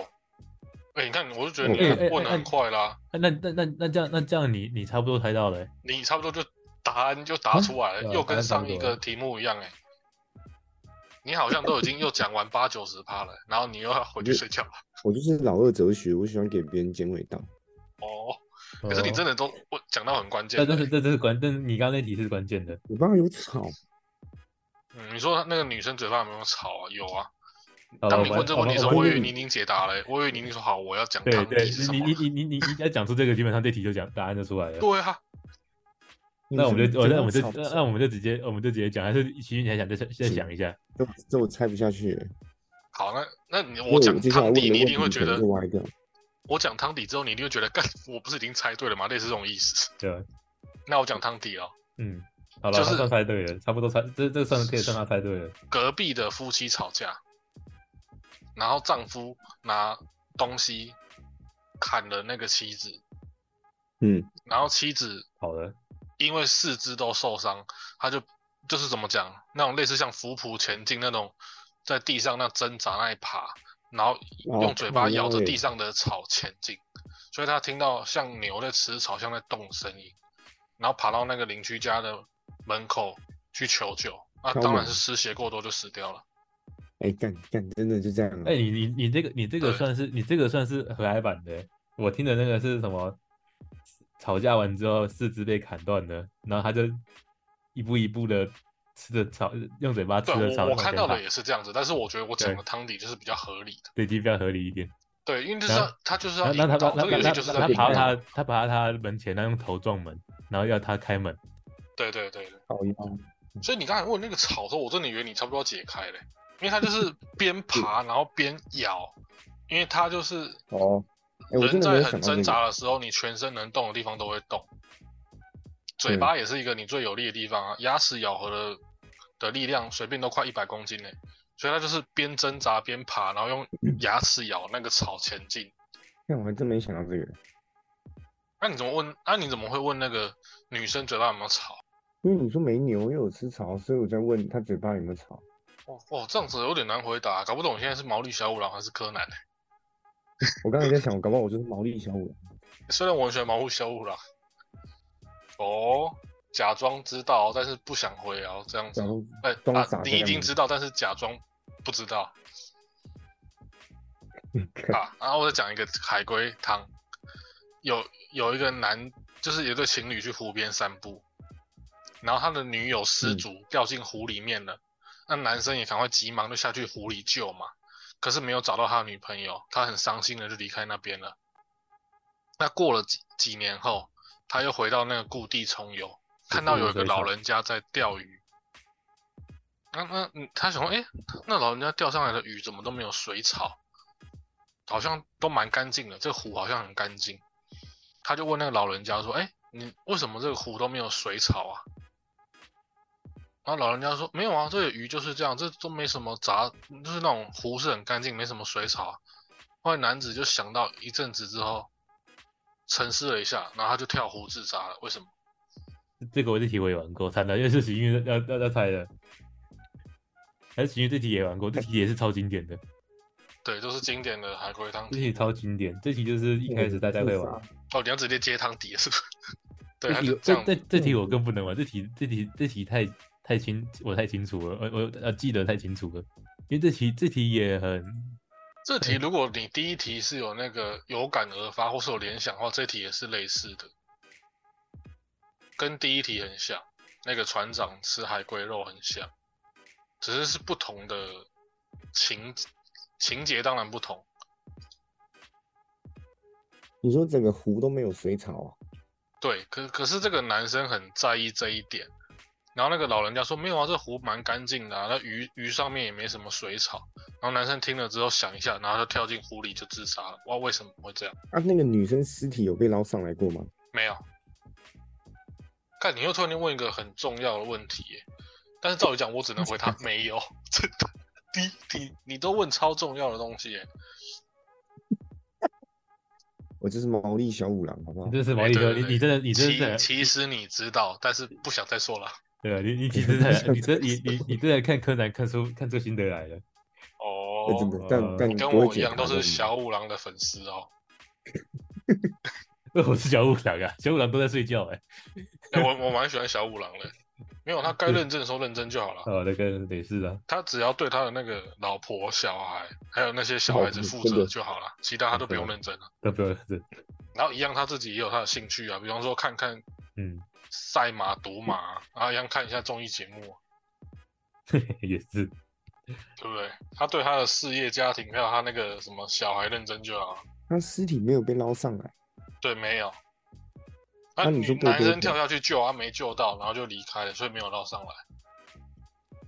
Speaker 1: 哎、你看，我就觉得
Speaker 3: 我
Speaker 1: 你
Speaker 2: 哎哎
Speaker 1: 问的
Speaker 2: 哎
Speaker 1: 很快啦，
Speaker 2: 啊那那那那这样那这样你你差不多猜到了欸、
Speaker 1: 你差不多就答案就答出来了，
Speaker 2: 嗯对啊
Speaker 1: 又跟
Speaker 2: 答案差
Speaker 1: 上
Speaker 2: 不多
Speaker 1: 一个题目一样哎、你好像都已经又讲完八九十趴了， 然后你又要回去睡觉了。
Speaker 3: 我就是老二哲学，我喜欢给别人剪尾刀。
Speaker 1: 哦，可是你真
Speaker 2: 的，
Speaker 1: 的都我讲到很关键
Speaker 2: 但
Speaker 1: 的
Speaker 2: 但是
Speaker 1: 欸、
Speaker 2: 这这是关，但是你刚刚那题是关键的。
Speaker 3: 嘴巴有草，
Speaker 1: 嗯，你说那个女生嘴巴有没有吵啊？有啊。
Speaker 2: 好
Speaker 1: 当你问这个问题的时候，
Speaker 3: 我
Speaker 1: 我
Speaker 3: 们
Speaker 1: 以为你已经解答了欸、我以为你已经说好我要讲
Speaker 2: 对
Speaker 1: 汤
Speaker 2: 对
Speaker 1: 底是，什
Speaker 2: 你
Speaker 1: 么
Speaker 2: 你。你你你你要讲出这个，基本上这题就讲答案就出来了。
Speaker 1: 对啊，
Speaker 2: 那我们就，
Speaker 3: 你
Speaker 2: 哦
Speaker 3: 嘴
Speaker 2: 那
Speaker 3: 巴
Speaker 2: 我们就，
Speaker 3: 有草
Speaker 2: 那那我们就直接，我们就直接讲，还是其实你还想再再
Speaker 3: 是
Speaker 2: 想一下？
Speaker 3: 这这我猜不下去了。
Speaker 1: 好，那那你
Speaker 3: 因为
Speaker 1: 我讲
Speaker 3: 接下来
Speaker 1: 汤
Speaker 3: 问
Speaker 1: 底，
Speaker 3: 的
Speaker 1: 你一
Speaker 3: 问
Speaker 1: 定会
Speaker 3: 题
Speaker 1: 觉
Speaker 3: 可能
Speaker 1: 得
Speaker 3: 就歪掉。
Speaker 1: 我讲汤底之后，你一定会觉得，干，我不是已经猜对了吗？类似这种意思。
Speaker 2: 对吧，
Speaker 1: 那我讲汤底哦，
Speaker 2: 嗯，好了，
Speaker 1: 就
Speaker 2: 他
Speaker 1: 是
Speaker 2: 算猜对了，差不多猜，这这个算可以算他猜对了。
Speaker 1: 隔壁的夫妻吵架，然后丈夫拿东西砍了那个妻子，
Speaker 3: 嗯，
Speaker 1: 然后妻子
Speaker 2: 好了，
Speaker 1: 因为四肢都受伤，她就就是怎么讲，那种类似像浮匐前进那种，在地上那挣扎那一爬，然后
Speaker 3: 哦
Speaker 1: 用嘴巴咬着
Speaker 3: 靠腰
Speaker 1: 地
Speaker 3: 欸
Speaker 1: 上的草前进，所以她听到像牛在吃草，像在动的声音，然后爬到那个邻居家的门口去求救，那
Speaker 3: 敲
Speaker 1: 当然
Speaker 3: 门
Speaker 1: 是失血过多就死掉了。
Speaker 3: 哎，干干，真的就这样了
Speaker 2: 哎，。你你你这个你这个
Speaker 1: 对
Speaker 2: 算是你这个算是和蔼版的欸，我听的那个是什么？吵架完之后四肢被砍断了，然后他就一步一步的吃着草，用嘴巴吃
Speaker 1: 对
Speaker 2: 着草
Speaker 1: 我我
Speaker 2: 往
Speaker 1: 看
Speaker 2: 前
Speaker 1: 到
Speaker 2: 爬
Speaker 1: 的，也是这样子，但是我觉得我讲
Speaker 2: 对
Speaker 1: 的汤底就是比较合理的，
Speaker 2: 对，比较合理一点。
Speaker 1: 对，因为就是
Speaker 2: 然
Speaker 1: 要他就是要
Speaker 2: 然
Speaker 1: 引
Speaker 2: 后他
Speaker 1: 导
Speaker 2: 爬，
Speaker 1: 这个游戏
Speaker 2: 他
Speaker 1: 就是
Speaker 2: 他
Speaker 1: 在
Speaker 2: 他
Speaker 1: 引
Speaker 2: 爬到
Speaker 1: 导，
Speaker 2: 他他爬到他门前，然后用头撞门，然后要他开门。
Speaker 1: 对对对对，
Speaker 3: 好呀，
Speaker 1: 所以你刚才问那个草的时候，我真的以为你差不多要解开嘞，因为他就是
Speaker 3: 嗯
Speaker 1: 边爬然后边咬，因为他就是
Speaker 3: 哦，哎，我
Speaker 1: 人
Speaker 3: 真的没
Speaker 1: 在
Speaker 3: 有
Speaker 1: 很
Speaker 3: 想到
Speaker 1: 挣
Speaker 3: 这个。
Speaker 1: 扎的时候，你全身能动的地方都会动，嘴
Speaker 3: 嗯
Speaker 1: 巴也是一个你最有力的地方啊，牙齿咬合的的力量随便都快一百公斤嘞，所以他就是边挣扎边爬，然后 用牙齿咬那个草前进。
Speaker 3: 看我还真没想到这个，
Speaker 1: 那、啊你怎么问？那、你怎么会问那个女生嘴巴有没有草？
Speaker 3: 因为你说没牛又有吃草，所以我在问他嘴巴有没有草。
Speaker 1: 哦哦，这样子有点难回答、啊搞不懂我现在是毛利小五郎还是柯南、欸。
Speaker 3: 我刚才在想，搞不好我就是毛利小五郎。
Speaker 1: 虽然我很喜欢毛利小五郎，哦，假装知道，但是不想回哦，这样子
Speaker 3: 然。后
Speaker 1: 哎、
Speaker 3: 装傻
Speaker 1: 啊，
Speaker 3: 这
Speaker 1: 你一
Speaker 3: 样
Speaker 1: 定
Speaker 3: 子
Speaker 1: 知道，但是假装不知道
Speaker 3: 嗯
Speaker 1: 啊。然后我再讲一个海龟汤，有有一个男，就是有一对情侣去湖边散步，然后他的女友失
Speaker 3: 嗯
Speaker 1: 足、掉进湖里面了，那男生也赶快急忙就下去湖里救嘛，可是没有找到他的女朋友，他很伤心的就离开那边了。那过了几几年后，他又回到那个故地重游，看到有一个老人家在钓鱼。那那嗯他想说，哎、那老人家钓上来的鱼怎么都没有水草，好像都蛮干净的，这湖好像很干净。他就问那个老人家说，哎、你为什么这个湖都没有水草啊？然后老人家说，没有啊，这个鱼就是这样，这都没什么杂，就是那种湖是很干净，没什么水草啊、后来男子就想到一阵子之后，沉思了一下，然后他就跳湖自杀了。为什么？
Speaker 2: 这个我这题我也玩过，惨了，又是喜运要要要猜的，还是喜运这题也玩过，这题也是超经典的，
Speaker 1: 对，都是经典的海龟汤
Speaker 2: 这
Speaker 1: 底。
Speaker 2: 题超经典，这题就是一开始大家会玩，
Speaker 1: 哦，你要直接接汤底了是不是？ 对，
Speaker 2: 嗯
Speaker 1: 他就这
Speaker 2: 这题我这
Speaker 1: 样。
Speaker 2: 这这题我更不能玩，这题这题这题太太清我太清楚了，我我呃记得太清楚了，因为这题这题也很
Speaker 1: 这题如果你第一题是有那个有感而发或是有联想的话，这题也是类似的，跟第一题很像。那个船长吃海龟肉很像，只是是不同的情情节，当然不同。
Speaker 3: 你说整个湖都没有水草啊？
Speaker 1: 对，可可是这个男生很在意这一点，然后那个老人家说没有啊，这湖蛮干净的啊，那鱼鱼上面也没什么水草。然后男生听了之后想一下，然后就跳进湖里就自杀了。哇，为什么会这样？
Speaker 3: 啊，那个女生尸体有被捞上来过吗？
Speaker 1: 没有。看，你又突然间问一个很重要的问题耶，但是照理讲，我只能回 答没有。真的，你你你都问超重要的东西耶，
Speaker 3: 我就是毛利小五郎，好不好
Speaker 2: 你？这是毛利
Speaker 1: 对
Speaker 2: 哥，
Speaker 1: 哎对
Speaker 2: 你
Speaker 1: 对
Speaker 2: 你真的你真
Speaker 1: 其
Speaker 2: 的是
Speaker 1: 其实你知道，但是不想再说了。
Speaker 2: 对啊，你你其 实很，你真你你你真的看柯南看出看出心得来了。
Speaker 3: 那真
Speaker 1: 哦，
Speaker 3: 的
Speaker 2: 哦，
Speaker 3: 但但
Speaker 1: 你跟
Speaker 3: 呃不会
Speaker 1: 我一
Speaker 3: 解
Speaker 1: 样
Speaker 3: 答
Speaker 1: 都
Speaker 3: 的
Speaker 1: 是小五郎的粉丝哦。
Speaker 2: 那我是小五郎啊， 小五郎都在睡觉哎、
Speaker 1: 哎，我我蛮喜欢小五郎的，没有他
Speaker 3: 嗯
Speaker 1: 该认真的时候认真就好了。
Speaker 2: 哦，那个得是啊，
Speaker 1: 他只要对他的那个老婆、小孩，还有那些小
Speaker 3: 哦
Speaker 1: 孩子
Speaker 3: 嗯
Speaker 1: 负
Speaker 3: 真
Speaker 1: 责
Speaker 3: 的嗯
Speaker 1: 就好了，其他他都不用
Speaker 2: 对
Speaker 1: 认真了。
Speaker 2: 那不要是，
Speaker 1: 然后一样，他自己也有他的兴趣啊，比方说看看
Speaker 2: 嗯，
Speaker 1: 赛马、赌马啊，然后一样看一下综艺节目啊，
Speaker 2: 也是，
Speaker 1: 对不对？他对他的事业、家庭还有他那个什么小孩认真就好了。
Speaker 3: 他尸体没有被捞上来，
Speaker 1: 对，没有。
Speaker 3: 那你
Speaker 1: 女
Speaker 3: 说过
Speaker 1: 男
Speaker 3: 多
Speaker 1: 生
Speaker 3: 久
Speaker 1: 跳下去救他没救到，然后就离开了，所以没有捞上来。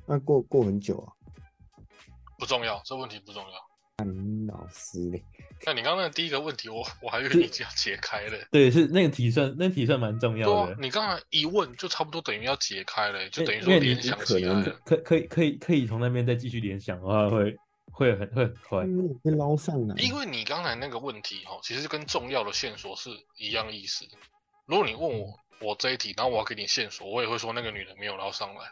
Speaker 3: 那过过很久啊，
Speaker 1: 不重要，这问题不重要。
Speaker 3: 嗯，老师嘞，
Speaker 1: 那你刚刚的第一个问题，我我还以为你已经要解开了。
Speaker 2: 对，是那个题算，那个题算蛮重
Speaker 1: 对
Speaker 2: 要
Speaker 1: 啊
Speaker 2: 的，。
Speaker 1: 你刚才一问就差不多等于要解开了，就
Speaker 2: 因
Speaker 1: 等于
Speaker 2: 因
Speaker 1: 说
Speaker 2: 为你
Speaker 1: 联
Speaker 2: 你
Speaker 1: 想
Speaker 3: 可
Speaker 1: 起来
Speaker 3: 能
Speaker 1: 了。
Speaker 2: 可可以可以可以从那边再继续联想的话，会会很会很
Speaker 3: 他
Speaker 2: 快。
Speaker 3: 没有被捞上
Speaker 2: 嗯
Speaker 3: 来，
Speaker 1: 因为你刚才那个问题哈，其实跟重要的线索是一样意思。如果你问
Speaker 2: 嗯
Speaker 1: 我我这一题，然后我要给你线索，我也会说那个女的没有捞上来。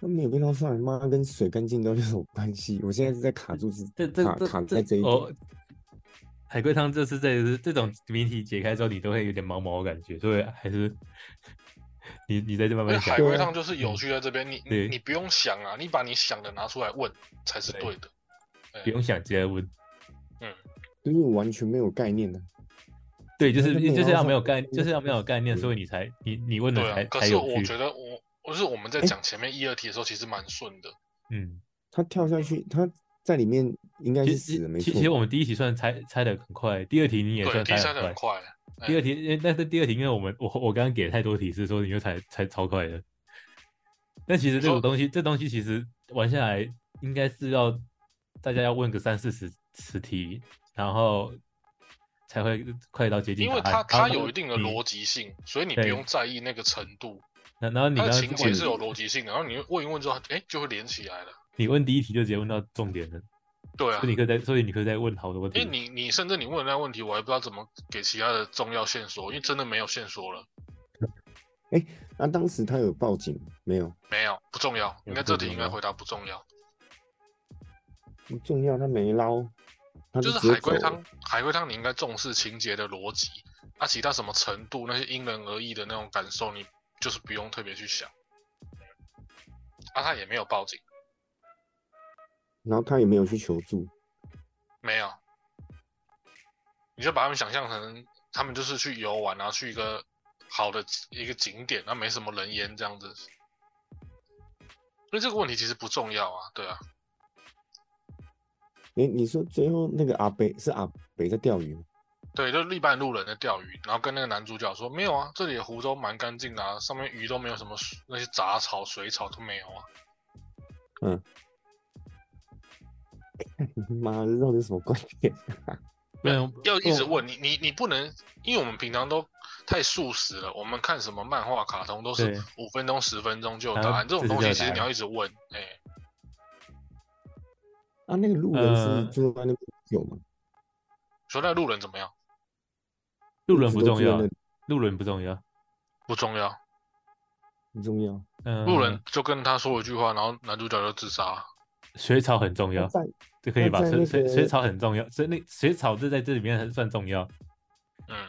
Speaker 3: 他没有被捞上来，妈跟水干净到底有什么关系？我现在是在卡住是
Speaker 2: 这这
Speaker 3: 卡
Speaker 2: 这
Speaker 3: 卡在这一点，
Speaker 2: 哦，海龟汤这次这这种谜题解开之后，你都会有点毛毛的感觉，所以还是 你你在这慢
Speaker 1: 因为
Speaker 2: 慢想嗯
Speaker 1: 海。龟汤就是有趣在这边，你你
Speaker 2: 对
Speaker 1: 你不用想啊，你把你想的拿出来问才是对的。
Speaker 2: 不用想，直接问。
Speaker 3: 就是我完全没有概念的。
Speaker 2: 对，就是
Speaker 3: 那就没
Speaker 2: 就是
Speaker 3: 捞
Speaker 2: 要
Speaker 3: 上
Speaker 2: 没有
Speaker 3: 来
Speaker 2: 概，
Speaker 3: 那
Speaker 2: 就是
Speaker 3: 就
Speaker 2: 要没有概念，
Speaker 3: 是
Speaker 2: 所以你才你你问的
Speaker 1: 对啊
Speaker 2: 才，
Speaker 1: 可
Speaker 2: 才
Speaker 1: 是
Speaker 2: 有
Speaker 1: 我
Speaker 2: 趣
Speaker 1: 觉。得我我就是我们在讲前面一二题的时候，其实蛮顺的。
Speaker 2: 嗯，
Speaker 3: 他跳下去，他在里面应该
Speaker 2: 其
Speaker 3: 是
Speaker 2: 实
Speaker 3: 死了，没
Speaker 2: 其
Speaker 3: 错
Speaker 2: 其。实我们第一题算猜猜的很快，第二题你也
Speaker 1: 对，
Speaker 2: 算
Speaker 1: 第
Speaker 2: 猜
Speaker 1: 三
Speaker 2: 得
Speaker 1: 的
Speaker 2: 很
Speaker 1: 很
Speaker 2: 快。
Speaker 1: 快，哎
Speaker 2: 第二题，因为但是第二题，因为我们我我刚刚给太多提示，所以你就猜猜超快的。但其实这
Speaker 1: 你说
Speaker 2: 种东西，这东西其实玩下来应该是要大家要问个三四十十题，然后才会快到接近
Speaker 1: 因为
Speaker 2: 答
Speaker 1: 它
Speaker 2: 案
Speaker 1: 它
Speaker 2: 然后
Speaker 1: 有一定的
Speaker 2: 你
Speaker 1: 逻辑性，所以你不
Speaker 2: 嗯对
Speaker 1: 用在意那个程度。
Speaker 2: 然然后你
Speaker 1: 它
Speaker 2: 刚
Speaker 1: 的
Speaker 2: 刚
Speaker 1: 情节
Speaker 2: 问
Speaker 1: 是有逻辑性的，然后你问一问之后，哎、就会连起来了。
Speaker 2: 你问第一题就直接问到重点了，
Speaker 1: 对啊
Speaker 2: 所以，你可以再所以你可以再问好多问题。
Speaker 1: 因为你你甚至你问的那问题，我还不知道怎么给其他的重要线索，因为真的没有线索了，
Speaker 3: 那、啊当时他有报警没有？
Speaker 1: 没有不重要。
Speaker 2: 有
Speaker 1: 应该
Speaker 2: 不
Speaker 1: 这题应该
Speaker 2: 重要
Speaker 1: 回答不重
Speaker 3: 嗯
Speaker 1: 要，
Speaker 3: 不重要，他没捞，他
Speaker 1: 就是
Speaker 3: 直接
Speaker 1: 海龟
Speaker 3: 走了
Speaker 1: 汤，海龟汤你应该重视情节的逻辑，啊，其他什么程度那些因人而异的那种感受，你就是不用特别去想。啊，他也没有报警，
Speaker 3: 然后他也没有去求助，
Speaker 1: 没有，你就把他们想象成他们就是去游玩，然后去一个好的一个景点，那没什么人烟这样子。所以这个问题其实不重要啊，对啊，
Speaker 3: 你你说最后那个阿北是阿北在钓鱼吗？
Speaker 1: 对，就是一般路人在钓鱼，然后跟那个男主角说，没有啊，这里的湖都蛮干净的啊，上面鱼都没有什么水那些杂草、水草都没有啊。
Speaker 3: 妈的，这到底有什么观点？
Speaker 2: 不然
Speaker 1: 要一直
Speaker 2: 不然
Speaker 1: 问你，你你不能，因为我们平常都太速食了，我们看什么漫画、卡通都是
Speaker 2: 对
Speaker 1: 五分钟、十分钟就有
Speaker 2: 然
Speaker 1: 答
Speaker 2: 后
Speaker 1: 案，这种
Speaker 2: 这
Speaker 1: 东
Speaker 2: 就
Speaker 1: 西其实
Speaker 2: 有答
Speaker 1: 你要
Speaker 2: 案
Speaker 1: 一直问，哎、
Speaker 3: 啊，那个路人是
Speaker 2: 呃
Speaker 3: 住在那边有吗？
Speaker 1: 说那路人怎么样？
Speaker 2: 路人不重
Speaker 3: 一直都住在
Speaker 2: 要
Speaker 3: 那里，
Speaker 2: 路人不重要，
Speaker 1: 不重要，
Speaker 3: 不重要。
Speaker 2: 嗯，
Speaker 1: 路人就跟他说一句话，然后男主角就自杀。
Speaker 2: 水草很重要
Speaker 3: 他，在
Speaker 2: 这可以吧？
Speaker 3: 在
Speaker 2: 水
Speaker 3: 那
Speaker 2: 水
Speaker 3: 个
Speaker 2: 水草很重要，所以那水草这在这里面还算重要。
Speaker 1: 嗯，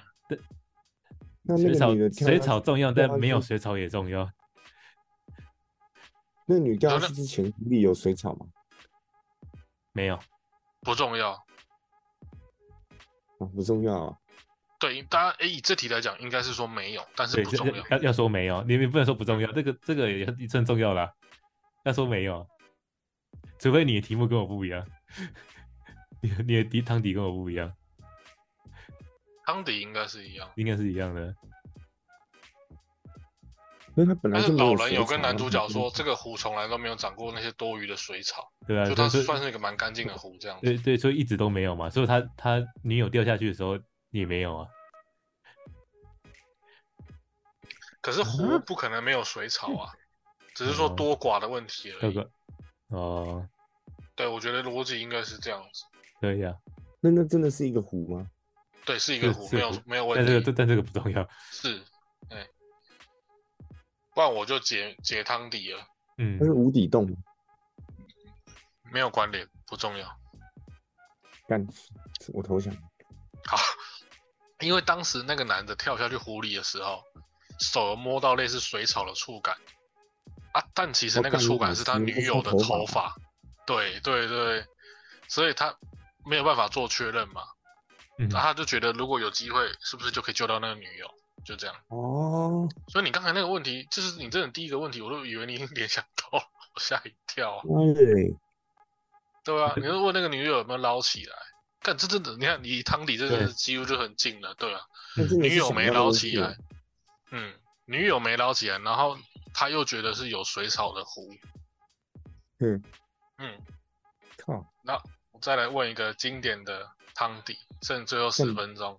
Speaker 3: 那
Speaker 2: 水
Speaker 3: 那个
Speaker 2: 草
Speaker 3: 女的跳
Speaker 2: 水
Speaker 3: 下
Speaker 2: 草
Speaker 3: 去
Speaker 2: 重要，但
Speaker 3: 跳下
Speaker 2: 没有
Speaker 3: 去
Speaker 2: 水草也重要。
Speaker 3: 那女掉下
Speaker 1: 那
Speaker 3: 去之前里有水草吗？
Speaker 2: 没有，
Speaker 1: 不重要。
Speaker 3: 啊，不重要啊。
Speaker 1: 对，大家诶，以这题来讲，应该是说没有，但是
Speaker 2: 对，
Speaker 1: 不
Speaker 2: 这
Speaker 1: 重
Speaker 2: 这呃
Speaker 1: 要。
Speaker 2: 要要说没有，你你不能说不重要，这个这个也也算重要啦。要说没有，除非你的题目跟我不一样， 你的你的题汤底跟我不一样，
Speaker 1: 汤底应该是一样，
Speaker 2: 应该是一样的。
Speaker 3: 因为他本来
Speaker 1: 但是
Speaker 3: 就没
Speaker 1: 老
Speaker 3: 水
Speaker 1: 人有跟
Speaker 3: 草啊
Speaker 1: 男
Speaker 3: 他
Speaker 1: 主
Speaker 3: 本
Speaker 1: 角
Speaker 3: 来
Speaker 2: 嗯
Speaker 3: 就
Speaker 1: 说，这个湖从来都没有长过那些多余的水草，
Speaker 2: 对啊，
Speaker 1: 就它
Speaker 2: 所
Speaker 1: 是
Speaker 2: 以
Speaker 1: 算是一个蛮干净的湖这样子。
Speaker 2: 对对，所以一直都没有嘛，所以他他女友掉下去的时候也没有啊，
Speaker 1: 可是
Speaker 2: 啊
Speaker 1: 湖不可能没有水草啊，只是说
Speaker 2: 嗯
Speaker 1: 多寡的问题而
Speaker 2: 那
Speaker 1: 已。
Speaker 2: 个哦，
Speaker 1: 对，我觉得逻辑应该是这样子。
Speaker 2: 对呀、
Speaker 3: 那那真的是一个湖吗？
Speaker 1: 对，是一个
Speaker 2: 是
Speaker 1: 湖，
Speaker 2: 是
Speaker 1: 没有
Speaker 2: 湖
Speaker 1: 没有
Speaker 2: 但
Speaker 1: 问
Speaker 2: 这
Speaker 1: 题
Speaker 2: 个。但这个不重要，
Speaker 1: 是，哎、不然我就解解汤底了，
Speaker 2: 嗯
Speaker 3: 它，是无底洞吗，
Speaker 1: 没有关联，不重要。
Speaker 3: 干，我投降。
Speaker 1: 好，因为当时那个男的跳下去湖里的时候，手有摸到类似水草的触感啊，但其实
Speaker 3: 哦
Speaker 1: 那个
Speaker 3: 干
Speaker 1: 触
Speaker 3: 你
Speaker 1: 感
Speaker 3: 老
Speaker 1: 是他
Speaker 3: 师
Speaker 1: 女
Speaker 3: 是
Speaker 1: 友的
Speaker 3: 头
Speaker 1: 头
Speaker 3: 发
Speaker 1: 发，对对对，所以他没有办法做确认嘛，
Speaker 2: 嗯
Speaker 1: 然后他就觉得如果有机会，是不是就可以救到那个女友？就这样。
Speaker 3: 哦，
Speaker 1: 所以你刚才那个问题，就是你真的第一个问题，我都以为你已经联想到了，我吓一跳啊。
Speaker 3: 对，
Speaker 1: 对啊，你就问那个女友有没有捞起来？干，这真的，你看离汤底真的
Speaker 2: 对
Speaker 1: 是几乎就很近了，对啊，
Speaker 3: 那真的
Speaker 1: 女
Speaker 3: 是
Speaker 1: 友
Speaker 3: 想
Speaker 1: 没
Speaker 3: 要
Speaker 1: 捞
Speaker 3: 东
Speaker 1: 起
Speaker 3: 西
Speaker 2: 啊
Speaker 1: 来，嗯，女友没捞起来，然后他又觉得是有水草的湖，
Speaker 3: 嗯
Speaker 1: 嗯，
Speaker 3: 靠，
Speaker 1: 那我再来问一个经典的汤底，剩最后十
Speaker 3: 嗯
Speaker 1: 分钟，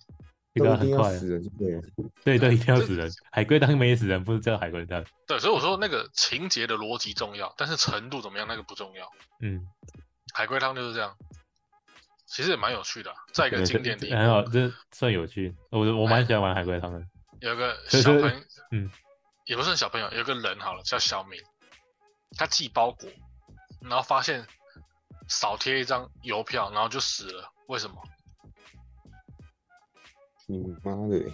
Speaker 2: 这
Speaker 3: 都
Speaker 2: 个
Speaker 3: 一
Speaker 2: 很
Speaker 3: 定要
Speaker 2: 快，啊
Speaker 3: 死人就对了。
Speaker 2: 对，都一定要
Speaker 1: 这
Speaker 2: 死人，海龟汤没死人，不是叫海龟汤，
Speaker 1: 对，所以我说那个情节的逻辑重要，但是程度怎么样那个不重要，
Speaker 2: 嗯，
Speaker 1: 海龟汤就是这样，其实也蛮有趣的啊、再一个
Speaker 2: 对
Speaker 1: 经典哎
Speaker 2: 这这呃
Speaker 1: 题
Speaker 2: 很好，
Speaker 1: 目，
Speaker 2: 这算有趣，我我蛮喜欢玩海龟汤的，
Speaker 1: 有一个
Speaker 2: 所以
Speaker 1: 小
Speaker 2: 说
Speaker 1: 朋友，
Speaker 2: 嗯，
Speaker 1: 也不算小朋友，有一个人好了，叫小明，他寄包裹，然后发现少贴一张邮票，然后就死了。为什么？
Speaker 3: 你妈的嘞！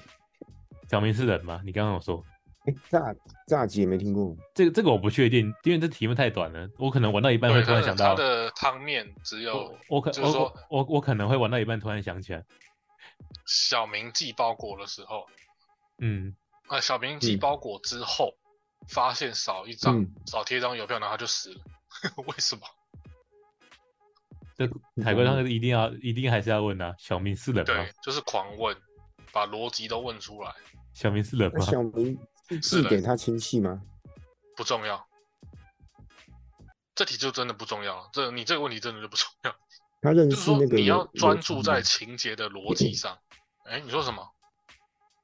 Speaker 2: 小明是人吗？你刚刚有说
Speaker 3: 哎，炸炸鸡也没听过，
Speaker 2: 这个这个我不确定，因为这题目太短了，我可能玩到一半会
Speaker 1: 对，
Speaker 2: 突
Speaker 1: 他
Speaker 2: 然
Speaker 1: 的
Speaker 2: 想
Speaker 1: 他
Speaker 2: 到，哦
Speaker 1: 的汤面只有
Speaker 2: 我我可
Speaker 1: 就是
Speaker 2: 我
Speaker 1: 说
Speaker 2: 我我我可能会玩到一半突然想起来，
Speaker 1: 小明寄包裹的时候，
Speaker 2: 嗯，
Speaker 1: 啊、小明寄
Speaker 3: 嗯
Speaker 1: 包裹之后，发现少一张、
Speaker 3: 嗯
Speaker 1: 少贴一张邮票，然后他就死了。 为什么？
Speaker 2: 这海
Speaker 3: 嗯
Speaker 2: 龟汤一定要一定还是要问啊，小明是人吗
Speaker 1: 嗯对？，就是狂问，把逻辑都问出来，
Speaker 2: 小明是人
Speaker 3: 那
Speaker 2: 吗？
Speaker 3: 小明是
Speaker 1: 是
Speaker 3: 寄
Speaker 1: 的
Speaker 3: 给他亲戚吗？
Speaker 1: 不重要。这题就真的不重要了，这你这个问题真的就不重要。
Speaker 3: 他认
Speaker 1: 就是
Speaker 3: 识
Speaker 1: 说
Speaker 3: 那个
Speaker 1: 你要
Speaker 3: 邮
Speaker 1: 专注在
Speaker 3: 邮差吗
Speaker 1: 情节的逻辑上。哎，你说什么？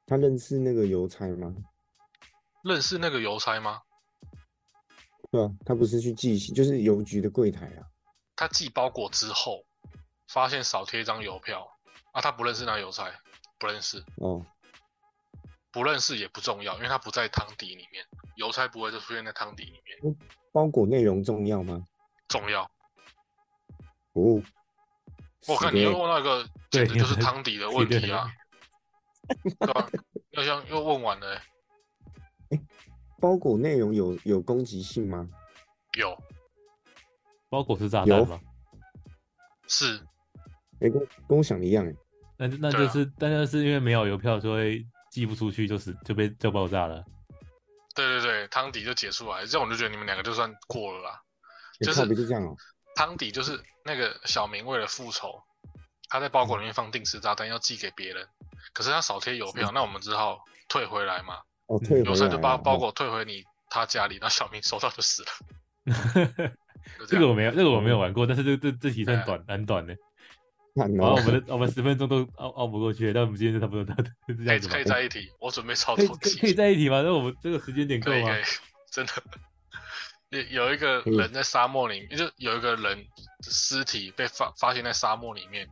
Speaker 3: 他认识那个邮差吗？
Speaker 1: 认识那个邮差吗？
Speaker 3: 对啊，他不是去寄信，就是邮局的柜台啊。
Speaker 1: 他寄包裹之后，发现少贴一张邮票啊，他不认识那个邮差，不认识，
Speaker 3: 哦，
Speaker 1: 不认识也不重要，因为他不在汤底里面，邮差不会就出现在汤底里面，
Speaker 3: 包裹内容重要吗？
Speaker 1: 重要。
Speaker 3: 哦，
Speaker 1: 我看
Speaker 3: 死
Speaker 1: 你
Speaker 3: 的
Speaker 1: 又
Speaker 3: 欸
Speaker 1: 问到一个，简
Speaker 2: 对
Speaker 1: 直就是汤底的问题啊， 对吧？又像又问完了欸、
Speaker 3: 包裹内容有有攻击性吗？
Speaker 1: 有
Speaker 2: 包裹是炸弹
Speaker 3: 有
Speaker 2: 吗？
Speaker 1: 是
Speaker 3: 哎、跟跟我想的一样哎、
Speaker 2: 那就那
Speaker 1: 对
Speaker 2: 就
Speaker 1: 啊
Speaker 2: 是、但那就是因为没有邮票，所以寄不出去，就是就被就爆炸了。
Speaker 1: 对对对，汤底就解出来，这样我就觉得你们两个就算过了啦。
Speaker 3: 欸，
Speaker 1: 就是
Speaker 3: 靠北就这样哦、
Speaker 1: 汤底就是那个小明为了复仇，他在包裹里面放定时炸弹要寄给别人，可是他少贴邮票，那我们只好退回来嘛。
Speaker 2: 嗯
Speaker 3: 哦，退
Speaker 1: 邮
Speaker 3: 回
Speaker 1: 差
Speaker 3: 来
Speaker 1: 就
Speaker 3: 了
Speaker 1: 把包
Speaker 3: 哦
Speaker 1: 裹退回你他家里，那小明收到就死 了。就
Speaker 2: 这
Speaker 1: 样
Speaker 2: 个我没有，这个我没有玩过，但是这这这题
Speaker 1: 嗯哎
Speaker 2: 算短，很短的。
Speaker 3: 看
Speaker 2: 然后
Speaker 3: 哦
Speaker 2: 我，们的我们十分钟都熬熬不过去了，但我们今天就差不多到这这
Speaker 1: 可以
Speaker 2: 样子吧
Speaker 1: 可以在一题，我准备超
Speaker 2: 可以
Speaker 1: 头
Speaker 2: 可以可以
Speaker 1: 题，
Speaker 2: 在一起吗？那我们这个时间点够
Speaker 1: 可以
Speaker 2: 吗
Speaker 1: 可以？，真的。 有有一个
Speaker 3: 嗯
Speaker 1: 人在沙漠里面，就有一个人尸体被发发现在沙漠里面，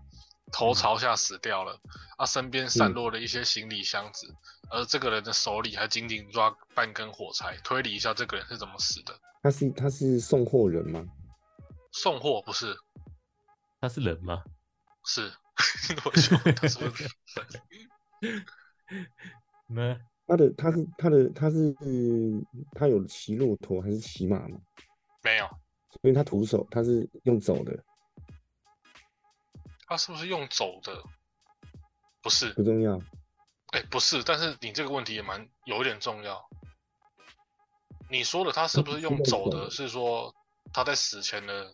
Speaker 1: 头朝下死掉了。他、身边散
Speaker 3: 嗯
Speaker 1: 落了一些行李箱子，而这个人的手里还紧紧抓半根火柴。推理一下，这个人是怎么死的？
Speaker 3: 他是他是送货人吗？
Speaker 1: 送货不是，
Speaker 2: 他是人吗？
Speaker 1: 是 我就问他是不是
Speaker 2: 那
Speaker 3: 他的他是他的他是他有骑骆驼还是骑马吗？
Speaker 1: 没有？
Speaker 3: 所以他徒手，他是用走的，
Speaker 1: 他是不是用走的？不是，
Speaker 3: 不重要。
Speaker 1: 哎，不是，但是你这个问题也蛮有一点重要。你说的他是不是用走的？是说他在死前的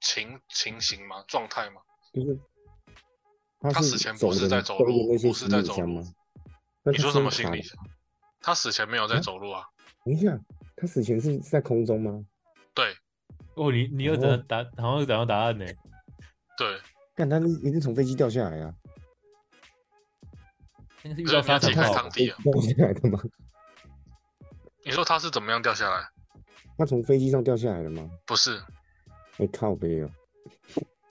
Speaker 1: 情情形吗？状态吗？
Speaker 3: 就是他
Speaker 1: 他
Speaker 3: 是
Speaker 1: 死前
Speaker 3: 走
Speaker 1: 不是
Speaker 3: 的
Speaker 1: 在
Speaker 3: 吗
Speaker 1: 走
Speaker 3: 背着
Speaker 1: 路
Speaker 3: 那些
Speaker 1: 不是
Speaker 3: 行
Speaker 1: 在
Speaker 3: 李
Speaker 1: 走
Speaker 3: 箱
Speaker 1: 路
Speaker 3: 吗？那
Speaker 1: 你
Speaker 3: 他
Speaker 1: 说
Speaker 3: 是
Speaker 1: 什
Speaker 3: 用
Speaker 1: 么行
Speaker 3: 卡
Speaker 1: 李
Speaker 3: 的
Speaker 1: 箱？他死前没有在
Speaker 3: 啊
Speaker 1: 走路啊，
Speaker 3: 等一下，他死前是在空中吗？
Speaker 1: 对
Speaker 2: 哦，你你又找到
Speaker 3: 哦
Speaker 2: 答，好像找到答案呢。
Speaker 1: 对，
Speaker 2: 嗯
Speaker 3: 但他一定从飞机掉下来啊，
Speaker 2: 那个是遇
Speaker 1: 可是我
Speaker 2: 到
Speaker 1: 们要
Speaker 2: 沙
Speaker 1: 解
Speaker 2: 尘
Speaker 1: 开
Speaker 2: 暴吧
Speaker 1: 汤，底啊。
Speaker 3: 掉下来的吗？
Speaker 1: 你说他是怎么样掉下来？
Speaker 3: 他从飞机上掉下来了吗？
Speaker 1: 不是，
Speaker 3: 哎、靠背哦，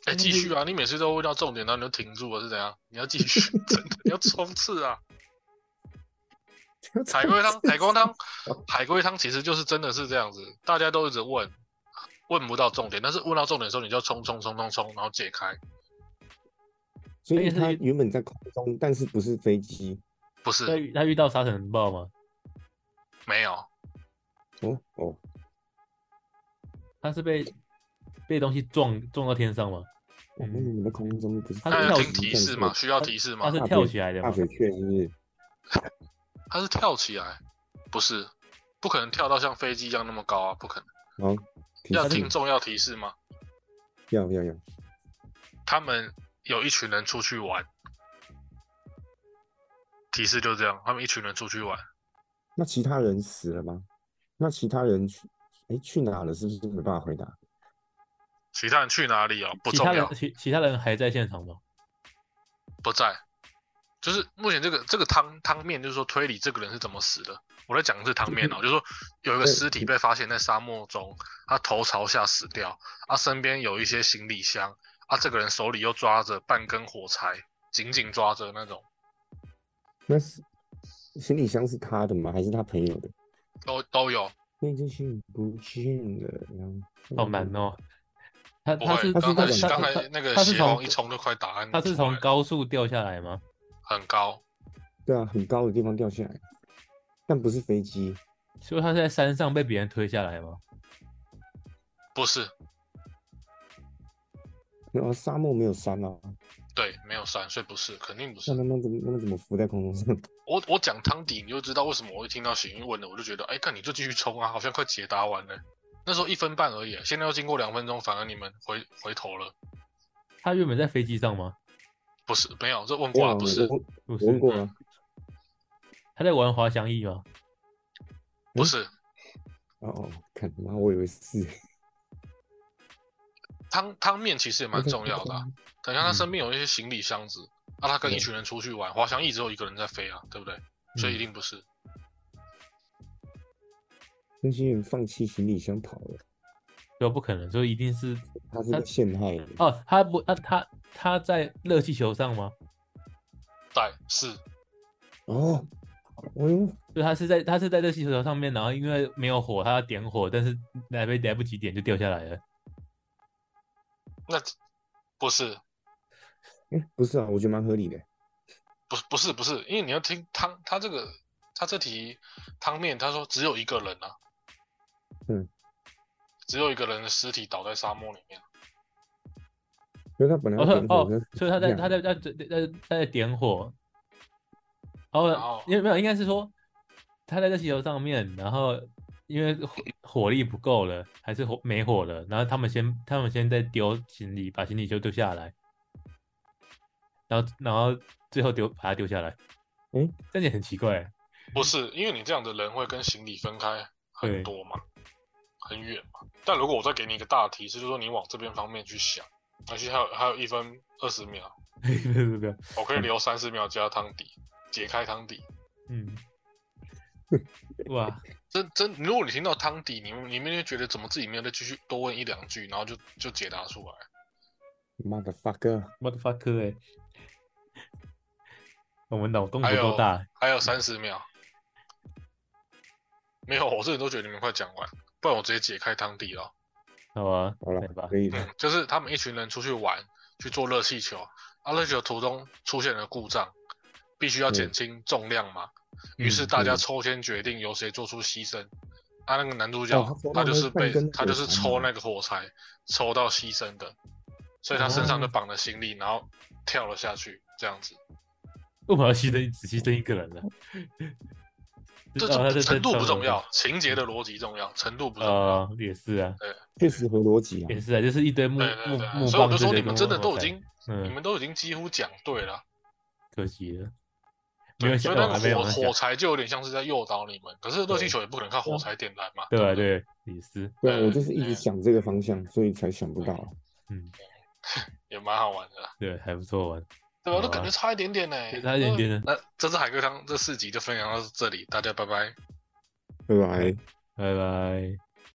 Speaker 1: 哎，
Speaker 2: 嗯
Speaker 1: 继续啊！你每次都问到重点，然后你就停住了，是怎样？你要继续， 真的你要冲刺啊！海龟汤，海龟 汤，海龟汤其实就是真的是这样子，大家都一直问，问不到重点，但是问到重点的时候，你就冲冲冲冲冲，然后解开，
Speaker 3: 所以
Speaker 2: 而且是
Speaker 3: 他原本在空中，但是不是飞机
Speaker 1: 不
Speaker 2: 他
Speaker 1: 是
Speaker 2: 遇他遇到沙尘暴吗？
Speaker 1: 没有，
Speaker 3: 哦哦，
Speaker 2: 他是被被东西撞撞到天上吗？
Speaker 3: 我们怎么在空中不是？
Speaker 2: 嗯他
Speaker 1: 那
Speaker 2: 是
Speaker 1: 要
Speaker 2: 跳
Speaker 1: 听
Speaker 2: 起
Speaker 1: 呃提示嘛？？需要提示
Speaker 2: 他
Speaker 1: 吗
Speaker 2: 是？
Speaker 3: 大
Speaker 2: 跳
Speaker 3: 便
Speaker 2: 起来的
Speaker 3: 大
Speaker 2: 吗？
Speaker 3: 嘴雀是不是？
Speaker 1: 它是跳起来，不是，不可能跳到像飞机一样那么高啊，不可能。
Speaker 3: 好，提
Speaker 1: 要
Speaker 3: 示
Speaker 1: 听众要提示吗？
Speaker 3: 哦要要要，
Speaker 1: 他们有一群人出去玩，提示就这样，他们一群人出去玩，
Speaker 3: 那其他人死了吗？那其他人去，哎、去哪了？是不是没办法回答？
Speaker 1: 其他人去哪里哦？不
Speaker 2: 其
Speaker 1: 重
Speaker 2: 他人
Speaker 1: 要，
Speaker 2: 其其他人还在现场吗？
Speaker 1: 不在。就是目前这个这个汤汤面，就是说推理这个人是怎么死的。我在讲的是汤面哦，就是说有一个
Speaker 3: 对
Speaker 1: 尸体被发现在沙漠中，他头朝下死掉，啊，身边有一些行李箱，啊，这个人手里又抓着半根火柴，紧紧抓着那种，
Speaker 3: 那是行李箱是他的吗？还是他朋友的？
Speaker 1: 都都有。
Speaker 3: 那件信不见了，然后
Speaker 2: 好难哦。他
Speaker 1: 不
Speaker 2: 他
Speaker 1: 会，
Speaker 2: 是
Speaker 3: 它
Speaker 1: 刚
Speaker 2: 他
Speaker 1: 才
Speaker 2: 是
Speaker 3: 它
Speaker 1: 刚
Speaker 2: 他
Speaker 1: 才嗯那个
Speaker 2: 他是
Speaker 1: 邪王
Speaker 2: 从
Speaker 1: 一冲就快答案出来
Speaker 2: 他
Speaker 1: 了，
Speaker 2: 是从高速掉下来吗？
Speaker 1: 很高，
Speaker 3: 对啊，很高的地方掉下来，但不是飞机，
Speaker 2: 所以他是在山上被别人推下来吗？
Speaker 1: 不是，
Speaker 3: 然后沙漠没有山啊，
Speaker 1: 对，没有山，所以不是，肯定不是
Speaker 3: 那。他们怎么他们怎么浮在空中上？
Speaker 1: 我我讲汤底，你就知道为什么我会听到醒运问了，我就觉得，哎，看你就继续冲啊，好像快解答完了。那时候一分半而已，现在要经过两分钟，反而你们回回头了，
Speaker 2: 他原本在飞机上吗？
Speaker 1: 不是，没有，这问 过了，不是，
Speaker 3: 我
Speaker 2: 不
Speaker 3: 我问
Speaker 2: 是，
Speaker 3: 过啊，
Speaker 2: 他在玩滑翔翼吗？
Speaker 1: 不是，
Speaker 3: 哦哦，看妈，我以为是
Speaker 1: 汤汤面其实也蛮重要的啊、等一下他
Speaker 2: 嗯
Speaker 1: 身边有一些行李箱子，那、啊、他跟一
Speaker 3: 对
Speaker 1: 群人出去玩，滑翔翼只有一个人在飞啊，对不对？
Speaker 2: 嗯
Speaker 1: 所以一定不是，
Speaker 3: 那些人放弃行李箱跑了，
Speaker 2: 都不可能，所以一定是
Speaker 3: 他是
Speaker 2: 他
Speaker 3: 被陷害的，
Speaker 2: 哦，他不，他他他在热气球上吗？
Speaker 1: 在是
Speaker 3: 哦，我用
Speaker 2: 就他是在他是在热气球上面，然后因为没有火，他要点火，但是来不来不及点就掉下来了。
Speaker 1: 那不是，
Speaker 3: 哎不是啊，我觉得蛮合理的，
Speaker 1: 不是不是不是，因为你要听汤，他这个他这题汤面，他说只有一个人啊，
Speaker 3: 嗯，
Speaker 1: 只有一个人的尸体倒在沙漠里面，
Speaker 3: 因为他本来
Speaker 2: 哦
Speaker 3: 要
Speaker 2: 所以哦，所
Speaker 3: 点火
Speaker 2: 以他在他在他在在在在点火，
Speaker 1: 然
Speaker 2: 哦
Speaker 1: 后，
Speaker 2: 因为没有，应该是说他在热气球上面，然后因为火火力不够了，还是火没火了，然后他们先他们先在丢行李，把行李就丢下来，然后然后最后丢把它丢下来，
Speaker 3: 诶，
Speaker 2: 这也很奇怪，
Speaker 1: 不是，因为你这样的人会跟行李分开很
Speaker 2: 对
Speaker 1: 多嘛，很远嘛。但如果我再给你一个大提示，就是说你往这边方面去想，而且还有还有一分二十秒，
Speaker 2: 不是不是，
Speaker 1: 我可以留三十秒加汤底，解开汤底。
Speaker 2: 嗯，哇，
Speaker 1: 真真，如果你听到汤底，你们你们就觉得怎么自己没有再继续多问一两句，然后就就解答出来。
Speaker 3: 妈的 fucker，
Speaker 2: motherfucker 哎、 我们脑洞
Speaker 1: 还
Speaker 2: 不
Speaker 1: 有
Speaker 2: 够大，
Speaker 1: 还有三十秒，没有，我自己都觉得你们快讲完，不然我直接解开汤底了。
Speaker 2: 好吧，
Speaker 3: 好了
Speaker 2: 来吧，
Speaker 3: 可以了，
Speaker 1: 嗯，就是他们一群人出去玩，去做热气球，啊，热气球途中出现了故障，必须要减
Speaker 3: 嗯
Speaker 1: 轻重量嘛，于
Speaker 2: 嗯
Speaker 1: 是大家
Speaker 3: 嗯
Speaker 1: 抽签决定由谁做出牺牲。啊，那个男主角、
Speaker 3: 哦他抽
Speaker 1: 他
Speaker 3: 到
Speaker 1: 就
Speaker 3: 那
Speaker 1: 是
Speaker 3: 半
Speaker 1: 被
Speaker 3: 根
Speaker 1: 他就是
Speaker 3: 火柴嘛
Speaker 1: 抽那个火柴抽到牺牲的，所以他身上就
Speaker 2: 哦
Speaker 1: 绑了行李，然后跳了下去，这样子。
Speaker 3: 哦
Speaker 2: 为什么要牺牲只牺牲一个人呢？
Speaker 1: 这
Speaker 2: 哦他
Speaker 1: 这
Speaker 2: 是
Speaker 1: 程度
Speaker 2: 在
Speaker 1: 不重
Speaker 2: 装
Speaker 1: 要，情节的逻辑重要，程度不重要。
Speaker 2: 呃，也是啊，
Speaker 3: 确实合 逻辑啊
Speaker 2: 也，是啊，就是一堆木
Speaker 1: 嗯对对
Speaker 2: 木
Speaker 1: 对，
Speaker 2: 木
Speaker 1: 所以
Speaker 2: 棒
Speaker 1: 我就
Speaker 2: 之
Speaker 1: 说
Speaker 2: 类
Speaker 1: 你
Speaker 2: 的
Speaker 1: 们
Speaker 2: 东
Speaker 1: 真的
Speaker 2: 西
Speaker 1: 都已
Speaker 2: 在
Speaker 1: 经，你
Speaker 2: 嗯，
Speaker 1: 们都已经几乎讲对了。
Speaker 2: 可惜了。没有
Speaker 1: 对，所
Speaker 2: 想
Speaker 1: 以那
Speaker 2: 到
Speaker 1: 个
Speaker 2: 我还没有
Speaker 1: 火
Speaker 2: 想
Speaker 1: 火柴就有点像是在诱导你们，可是热气
Speaker 3: 对
Speaker 1: 球也不可能靠火柴点燃嘛。
Speaker 2: 对
Speaker 1: 不
Speaker 2: 啊，对，也是，
Speaker 3: 对啊，
Speaker 1: 嗯
Speaker 3: 我就是一直
Speaker 1: 嗯
Speaker 3: 想这个方向，所以才想不到啊。
Speaker 2: 嗯，
Speaker 1: 也蛮好玩的啦，
Speaker 2: 对，还不错玩。
Speaker 1: 对吧？
Speaker 2: 好
Speaker 1: 那
Speaker 2: 啊
Speaker 1: 感觉差一点点呢，
Speaker 2: 对差一点点呢
Speaker 1: 那这次海
Speaker 3: 哎
Speaker 1: 龟汤这四集就分享到这里，大家拜拜。
Speaker 3: 拜拜。
Speaker 2: 拜拜。